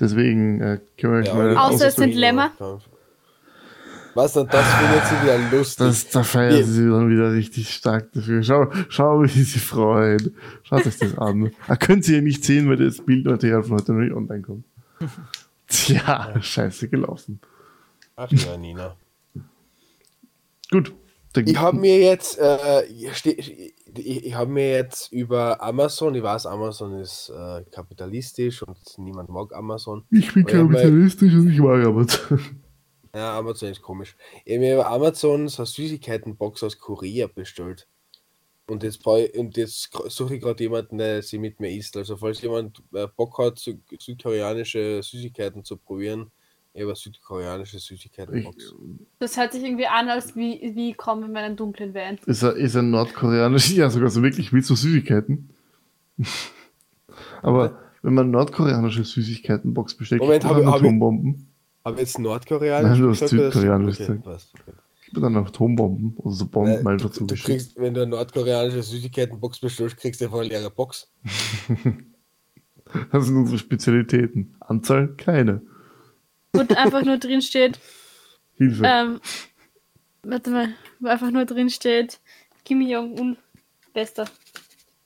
Deswegen äh, können wir
Ja,
mal
aber-
Außer es sind Lämmer.
Was denn das findet sie wieder lustig.
Das, da feiert sie sich dann wieder richtig stark dafür. Schau, schau wie sie sich freuen. Schaut euch das an. Ah, könnt ihr ja nicht sehen, weil das Bildmaterial von heute noch nicht online kommt. Tja, scheiße gelaufen.
Ach ja, Nina.
Gut, Da-
Ich habe mir jetzt, äh, ich ste- ich, ich habe mir jetzt über Amazon, ich weiß, Amazon ist äh, kapitalistisch und niemand mag Amazon.
ich bin
Ja, weil-
kapitalistisch und ich mag Arbeit.
Ja, Amazon ist komisch. Ich habe mir über Amazon so eine Süßigkeitenbox aus Korea bestellt. Und jetzt, brauch ich, und jetzt gr- suche ich gerade jemanden, der sie mit mir isst. Also falls jemand äh, Bock hat, sü südkoreanische Süßigkeiten zu probieren, ich habe eine südkoreanische
Ich,
Süßigkeitenbox.
Das hört sich irgendwie an, als wie, wie kommen in meinen dunklen Van.
ist, er, ist er nordkoreanisch? Ja, sogar so wirklich mit so Süßigkeiten. Aber wenn man nordkoreanische Süßigkeitenbox bestellt,
Moment,
gibt es
hab-
dann
hab ich-
Atombomben.
Habe jetzt
Nein,
nordkoreanisch
du hast
oder Süd-
südkoreanisch
okay,
gesagt. Um
passt, okay.
Gibt es dann Atombomben oder so Bomben
Nein,
einfach
Äh, du, du
zugeschickt?
kriegst, wenn du eine nordkoreanische Süßigkeitenbox bestellst, kriegst du einfach eine leere Box.
Das sind unsere Spezialitäten. Anzahl? Keine.
Wo einfach nur drin steht,
Hilfe.
ähm, warte mal, wo einfach nur drin steht, Kim Jong-un, bester.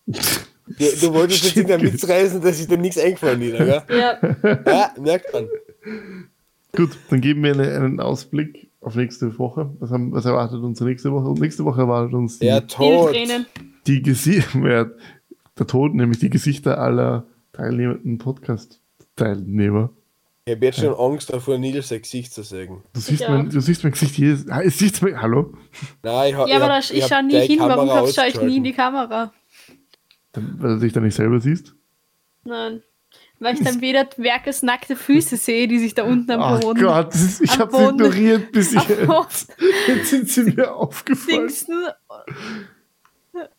Du, du wolltest jetzt in den Witz reißen, dass ich dir nichts eingefallen ist, oder?
Ja,
Ja, merkt man.
Gut, dann geben wir eine, einen Ausblick auf nächste Woche. Was, haben, was erwartet uns nächste Woche? Und nächste Woche erwartet uns die,
Der
viele
Tod.
Tränen.
die Gesichter, der Tod, nämlich die Gesichter aller teilnehmenden Podcast-Teilnehmer.
Ich habe jetzt schon Angst davor, Nils sein Gesicht zu sägen.
Du siehst,
Ja.
mein, du siehst mein Gesicht jedes. Ah, es siehst mein, hallo?
Nein, ich, hab-
Ja, aber da,
hab-
ich,
hab
schaue nie
deine
hin. Warum
Kamera
schaue ich nie in die
ausgeschalten.
Kamera?
Dann, weil du dich dann nicht selber siehst.
Nein. Weil ich dann weder Werkes nackte Füße sehe, die sich da unten am
Ach
Boden
Ah, Gott, das ist, ich
Am
habe sie
Boden.
ignoriert, bis ich,
auf-
jetzt sind sie mir aufgefallen.
dingsen.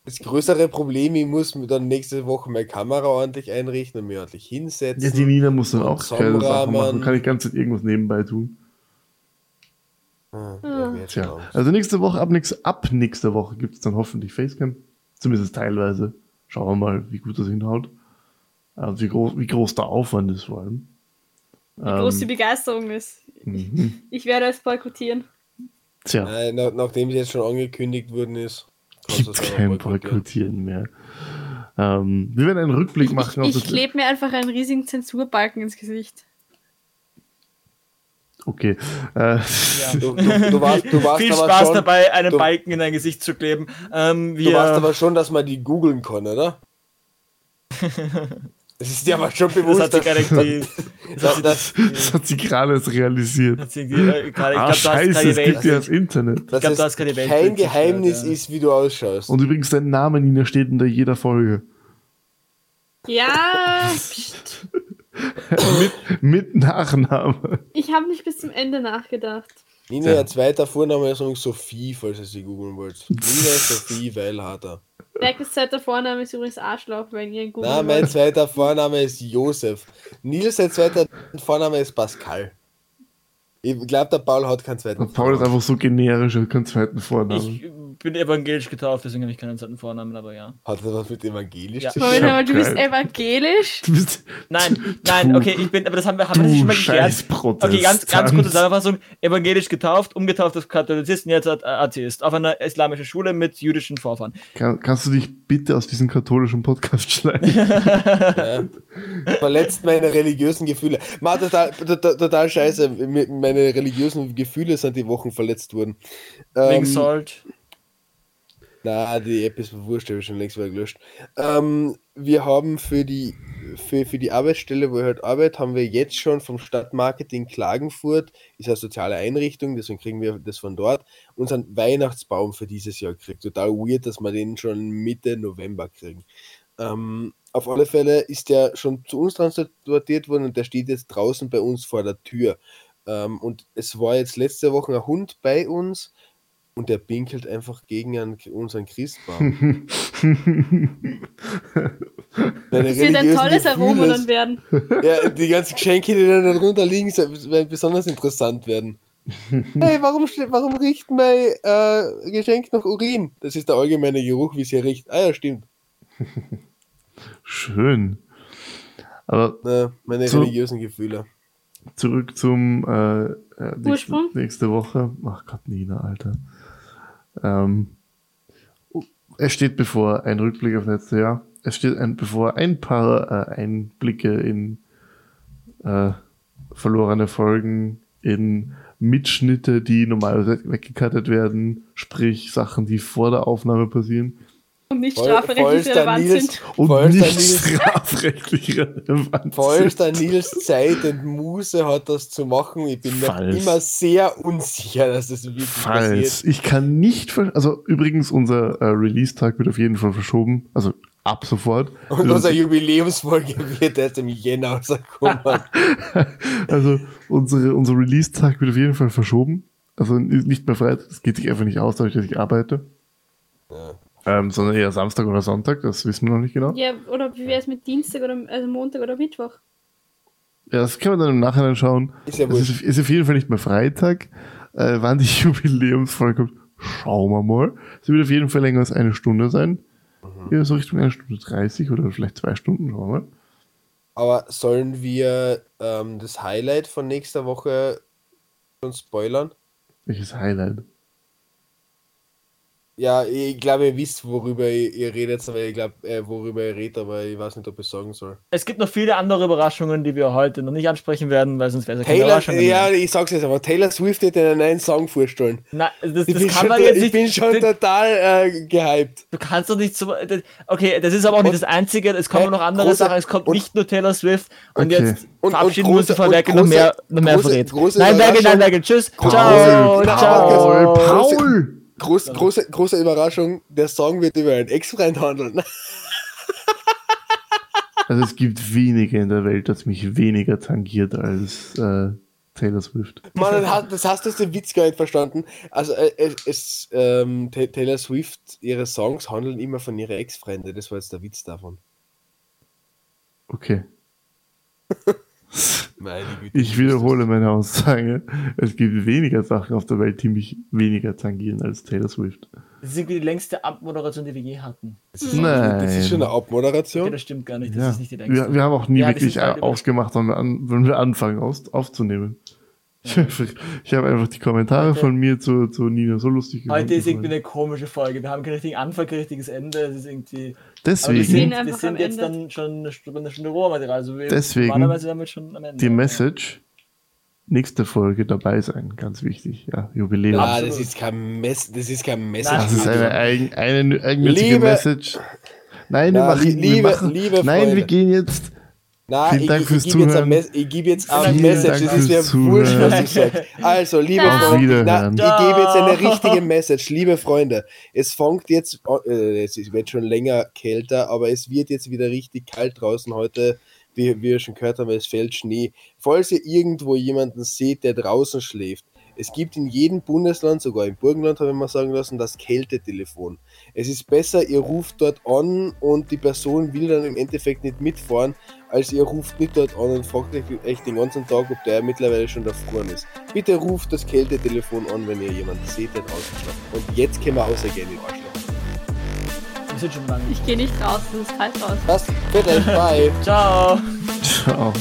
Das größere Problem, ich muss mir dann nächste Woche meine Kamera ordentlich einrichten und mir ordentlich
Ja, die
hinsetzen.
Nina muss dann auch
Zum
geile Sachen machen.
Rahmen.
Kann ich ganz irgendwas nebenbei tun.
Ah, ja, mir jetzt schon
Tja,
Angst.
also nächste Woche, ab, nix, ab nächster Woche gibt es dann hoffentlich Facecam. Zumindest teilweise. Schauen wir mal, wie gut das hinhaut. Und wie, groß, wie groß der Aufwand ist vor allem. Wie
Groß die Begeisterung ist.
mhm.
Ich werde es boykottieren.
Tja,
Nein, nach, nachdem es jetzt schon angekündigt worden ist, kannst du
gibt
es einfach
kein
boykottieren.
Boykottieren mehr. Ähm, wir werden einen Rückblick machen
Ich
das-
klebe mir einfach einen riesigen Zensurbalken ins Gesicht.
Okay. Äh,
Du, du, du warst, du warst
Viel
aber
Spaß
schon,
dabei, einen
du-
Balken in dein Gesicht zu kleben. Ähm,
Du
wir,
weißt aber schon, dass man die googeln kann, oder? Das ist dir aber schon
das
bewusst.
hat sie gerade die,
dass, dass,
das hat sie gerade erst realisiert.
hat sie irgendwie, äh, gerade, ich
ah,
glaube, du hast
scheiße,
keine
es gibt
Welt.
ja das Internet.
dass
glaub,
es
du hast keine Welt-
kein Geheimnis
ja.
ist, wie du ausschaust.
Und übrigens, dein Name, Nina, steht in der jeder Folge.
Ja, pst.
Mit Nachname.
ich habe nicht bis zum Ende nachgedacht.
Nina, ihr zweiter Vorname ist übrigens Sophie, falls ihr sie googeln wollt. Nina Sophie Weilharter.
Werkes zweiter Vorname ist übrigens Arschloch, wenn ihr ihn googelt.
Na, mein zweiter Vorname ist Josef. Nils, sein zweiter Vorname ist Pascal. Ich glaube, der Paul hat keinen
Der
zweiten
Paul ist einfach so generisch, er hat keinen zweiten Vornamen.
Ich bin evangelisch getauft, deswegen habe ich keinen zweiten Vornamen, aber ja.
Hat er was mit evangelisch
Ja.
zu tun?
Moment mal, du bist
geil.
evangelisch?
Du bist-
Nein, nein, okay, ich bin, aber das haben wir, haben wir
Du
das schon mal geklärt.
scheiß Protestant.
Okay, ganz, ganz kurze Zusammenfassung. Evangelisch getauft, umgetauft auf Katholizisten, jetzt als Atheist. Auf einer islamischen Schule mit jüdischen Vorfahren.
Kann, kannst du dich bitte aus diesem katholischen Podcast schneiden?
Verletzt meine religiösen Gefühle. Ma, total, total, total scheiße. Me- Meine religiösen Gefühle sind die Wochen verletzt worden.
Wegen
Ähm,
Salt.
na, die App ist mir wurscht, habe ich schon längst wieder gelöscht. Ähm, wir haben für die, für, für die Arbeitsstelle, wo ich halt arbeite, haben wir jetzt schon vom Stadtmarketing Klagenfurt, ist eine soziale Einrichtung, deswegen kriegen wir das von dort, unseren Weihnachtsbaum für dieses Jahr gekriegt. Total weird, dass wir den schon Mitte November kriegen. Ähm, auf alle Fälle ist der schon zu uns transportiert worden und der steht jetzt draußen bei uns vor der Tür. Ähm, und es war jetzt letzte Woche ein Hund bei uns und der pinkelt einfach gegen einen, unseren Christbaum. Deine
Das wird ein
religiösen
tolles Aroma
Gefühle-
dann werden.
ja, die ganzen Geschenke, die da drunter liegen, so- werden besonders interessant werden. Hey, warum, ste- warum riecht mein äh, Geschenk nach Urin? Das ist der allgemeine Geruch, wie es hier riecht. Ah ja, stimmt.
Schön. Aber
Na, meine
So.
religiösen Gefühle.
zurück zum äh, äh, nächste,
Ursprung?
nächste Woche. Ach Gott, Nina, Alter. Ähm, oh, es steht bevor ein Rückblick auf letztes Jahr. Es steht ein, bevor ein paar äh, Einblicke in äh, verlorene Folgen, in Mitschnitte, die normalerweise weggekattet werden, sprich Sachen, die vor der Aufnahme passieren
Und nicht strafrechtlich relevant sind.
und
Voll
nicht
stabil.
strafrechtlich relevant
Falls der
sind.
Nils Zeit und Muße hat, das zu machen, ich bin mir
Falls.
immer sehr unsicher, dass das wirklich
Falls.
passiert.
Ich kann nicht, ver- also übrigens, unser äh, Release-Tag wird auf jeden Fall verschoben, also ab sofort. Also,
Und
Wird-
unsere Jubiläumsfolge wird erst im Jänner rauskommen.
also unsere, unser Release-Tag wird auf jeden Fall verschoben. Also nicht mehr Freitag, das geht sich einfach nicht aus, dadurch, dass ich arbeite. Ähm, sondern eher Samstag oder Sonntag, das wissen wir noch nicht genau.
Ja,
Ja,
oder wie wäre es mit Dienstag oder also Montag oder Mittwoch?
das können wir dann im Nachhinein schauen.
Ist ja
es
wurscht.
ist, ist auf jeden Fall nicht mehr Freitag. Äh, wann die Jubiläumsfolge kommt, schauen wir mal. Sie wird auf jeden Fall länger als eine Stunde sein.
Mhm.
Ja, so Richtung eine Stunde 30 oder vielleicht zwei Stunden, schauen wir mal.
Aber sollen wir ähm, das Highlight von nächster Woche schon spoilern?
Welches Highlight?
Ja, ich glaube, ihr wisst, worüber ihr, ihr redet, aber ich glaube, äh, worüber ihr redet, aber ich weiß nicht, ob ich sagen soll.
Es gibt noch viele andere Überraschungen, die wir heute noch nicht ansprechen werden, weil sonst wäre es ja keine
Taylor,
Überraschung.
ja,
gewesen.
ich sag's jetzt aber, Taylor Swift wird einen neuen Song vorstellen.
Na, das,
Ich
das
bin
kann
schon,
man
to-
jetzt
ich
nicht.
bin schon
das,
total äh, gehypt.
du kannst doch nicht so. Das, okay, das ist aber auch nicht das Einzige. Es kommen
Hä?
noch andere
Große-
Sachen. Es kommt
und-
nicht nur Taylor Swift. Und
Okay.
jetzt
Und- und
verabschieden wir uns
große-
von
und
Werke noch
große-
mehr, noch mehr
große-
verrät.
große
Nein, Werke, nein,
Überraschung.
Werke. Tschüss.
Große-
Ciao.
Paul,
Ciao.
Paul.
Paul!
Groß, große, große Überraschung, der Song wird über einen Ex-Freund handeln.
Also es gibt wenige in der Welt, das mich weniger tangiert als äh, Taylor Swift.
Mann, das hast- das hast du den Witz gar nicht verstanden. Also äh, es, es, ähm, Ta- Taylor Swift, ihre Songs handeln immer von ihrer Ex-Freunde. Das war jetzt der Witz davon.
Okay.
Meine Güte.
Ich wiederhole meine Aussage. Es gibt weniger Sachen auf der Welt, die mich weniger tangieren als Taylor Swift.
Das ist irgendwie die längste Abmoderation, die wir je hatten.
Nein.
Das ist schon eine
Okay,
Abmoderation.
das stimmt gar nicht. Das
Ja.
ist nicht die längste.
Wir, wir haben auch nie
Ja, wir
wirklich
sind beide
aufgemacht, wenn wir, an, wenn wir anfangen aus, aufzunehmen. Ich, ich habe einfach die Kommentare
Heute-
von mir zu, zu Nina so lustig
Heute ist irgendwie
gefunden.
eine komische Folge. Wir haben keinen richtigen Anfang, kein richtiges Ende. Es ist irgendwie. Aber wir
sehen
sind,
Deswegen
einfach
wir
am
sind jetzt
Ende.
dann schon eine Stunde, eine Stunde Rohmaterial. Also wir,
Deswegen
normalerweise wären wir jetzt schon am Ende.
die Message. Nächste Folge dabei sein, ganz wichtig. Ja, Jubiläum.
Ah,
Absolut.
das ist kein Mess, das ist kein Message.
Nein,
Das ist eine eigen, eine, eigennützige
Liebe-
Message. Nein, wir
Na,
machen,
li- liebe-
wir machen,
liebe
nein, wir
Freunde.
gehen jetzt.
Nein,
Vielen
ich,
Dank
ich,
fürs
ich gebe jetzt
Zuhören.
ein Mes- ich gebe jetzt ein
Vielen
Message.
Dank
Das ist
fürs
mir wurscht, was ich
Zuhören.
sage. Also, liebe
Auf
Freunde, na,
Wiederhören.
ich gebe jetzt eine
Ciao.
richtige Message. Liebe Freunde, es fängt jetzt, an- äh, es ist- wird schon länger kälter, aber es wird jetzt wieder richtig kalt draußen heute. Wie, wie wir schon gehört haben, es fällt Schnee. Falls ihr irgendwo jemanden seht, der draußen schläft, es gibt in jedem Bundesland, sogar im Burgenland habe ich mal sagen lassen, das Kältetelefon. Es ist besser, ihr ruft dort an und die Person will dann im Endeffekt nicht mitfahren, als ihr ruft nicht dort an und fragt euch echt den ganzen Tag, ob der mittlerweile schon erfroren ist. Bitte ruft das Kältetelefon an, wenn ihr jemanden seht, der draußen schläft. Und jetzt können wir rausgehen, ihr Arschloch.
Wir sind schon lange.
Ich gehe nicht raus, es ist kalt raus.
Das, bitte, bye.
Ciao.
Ciao.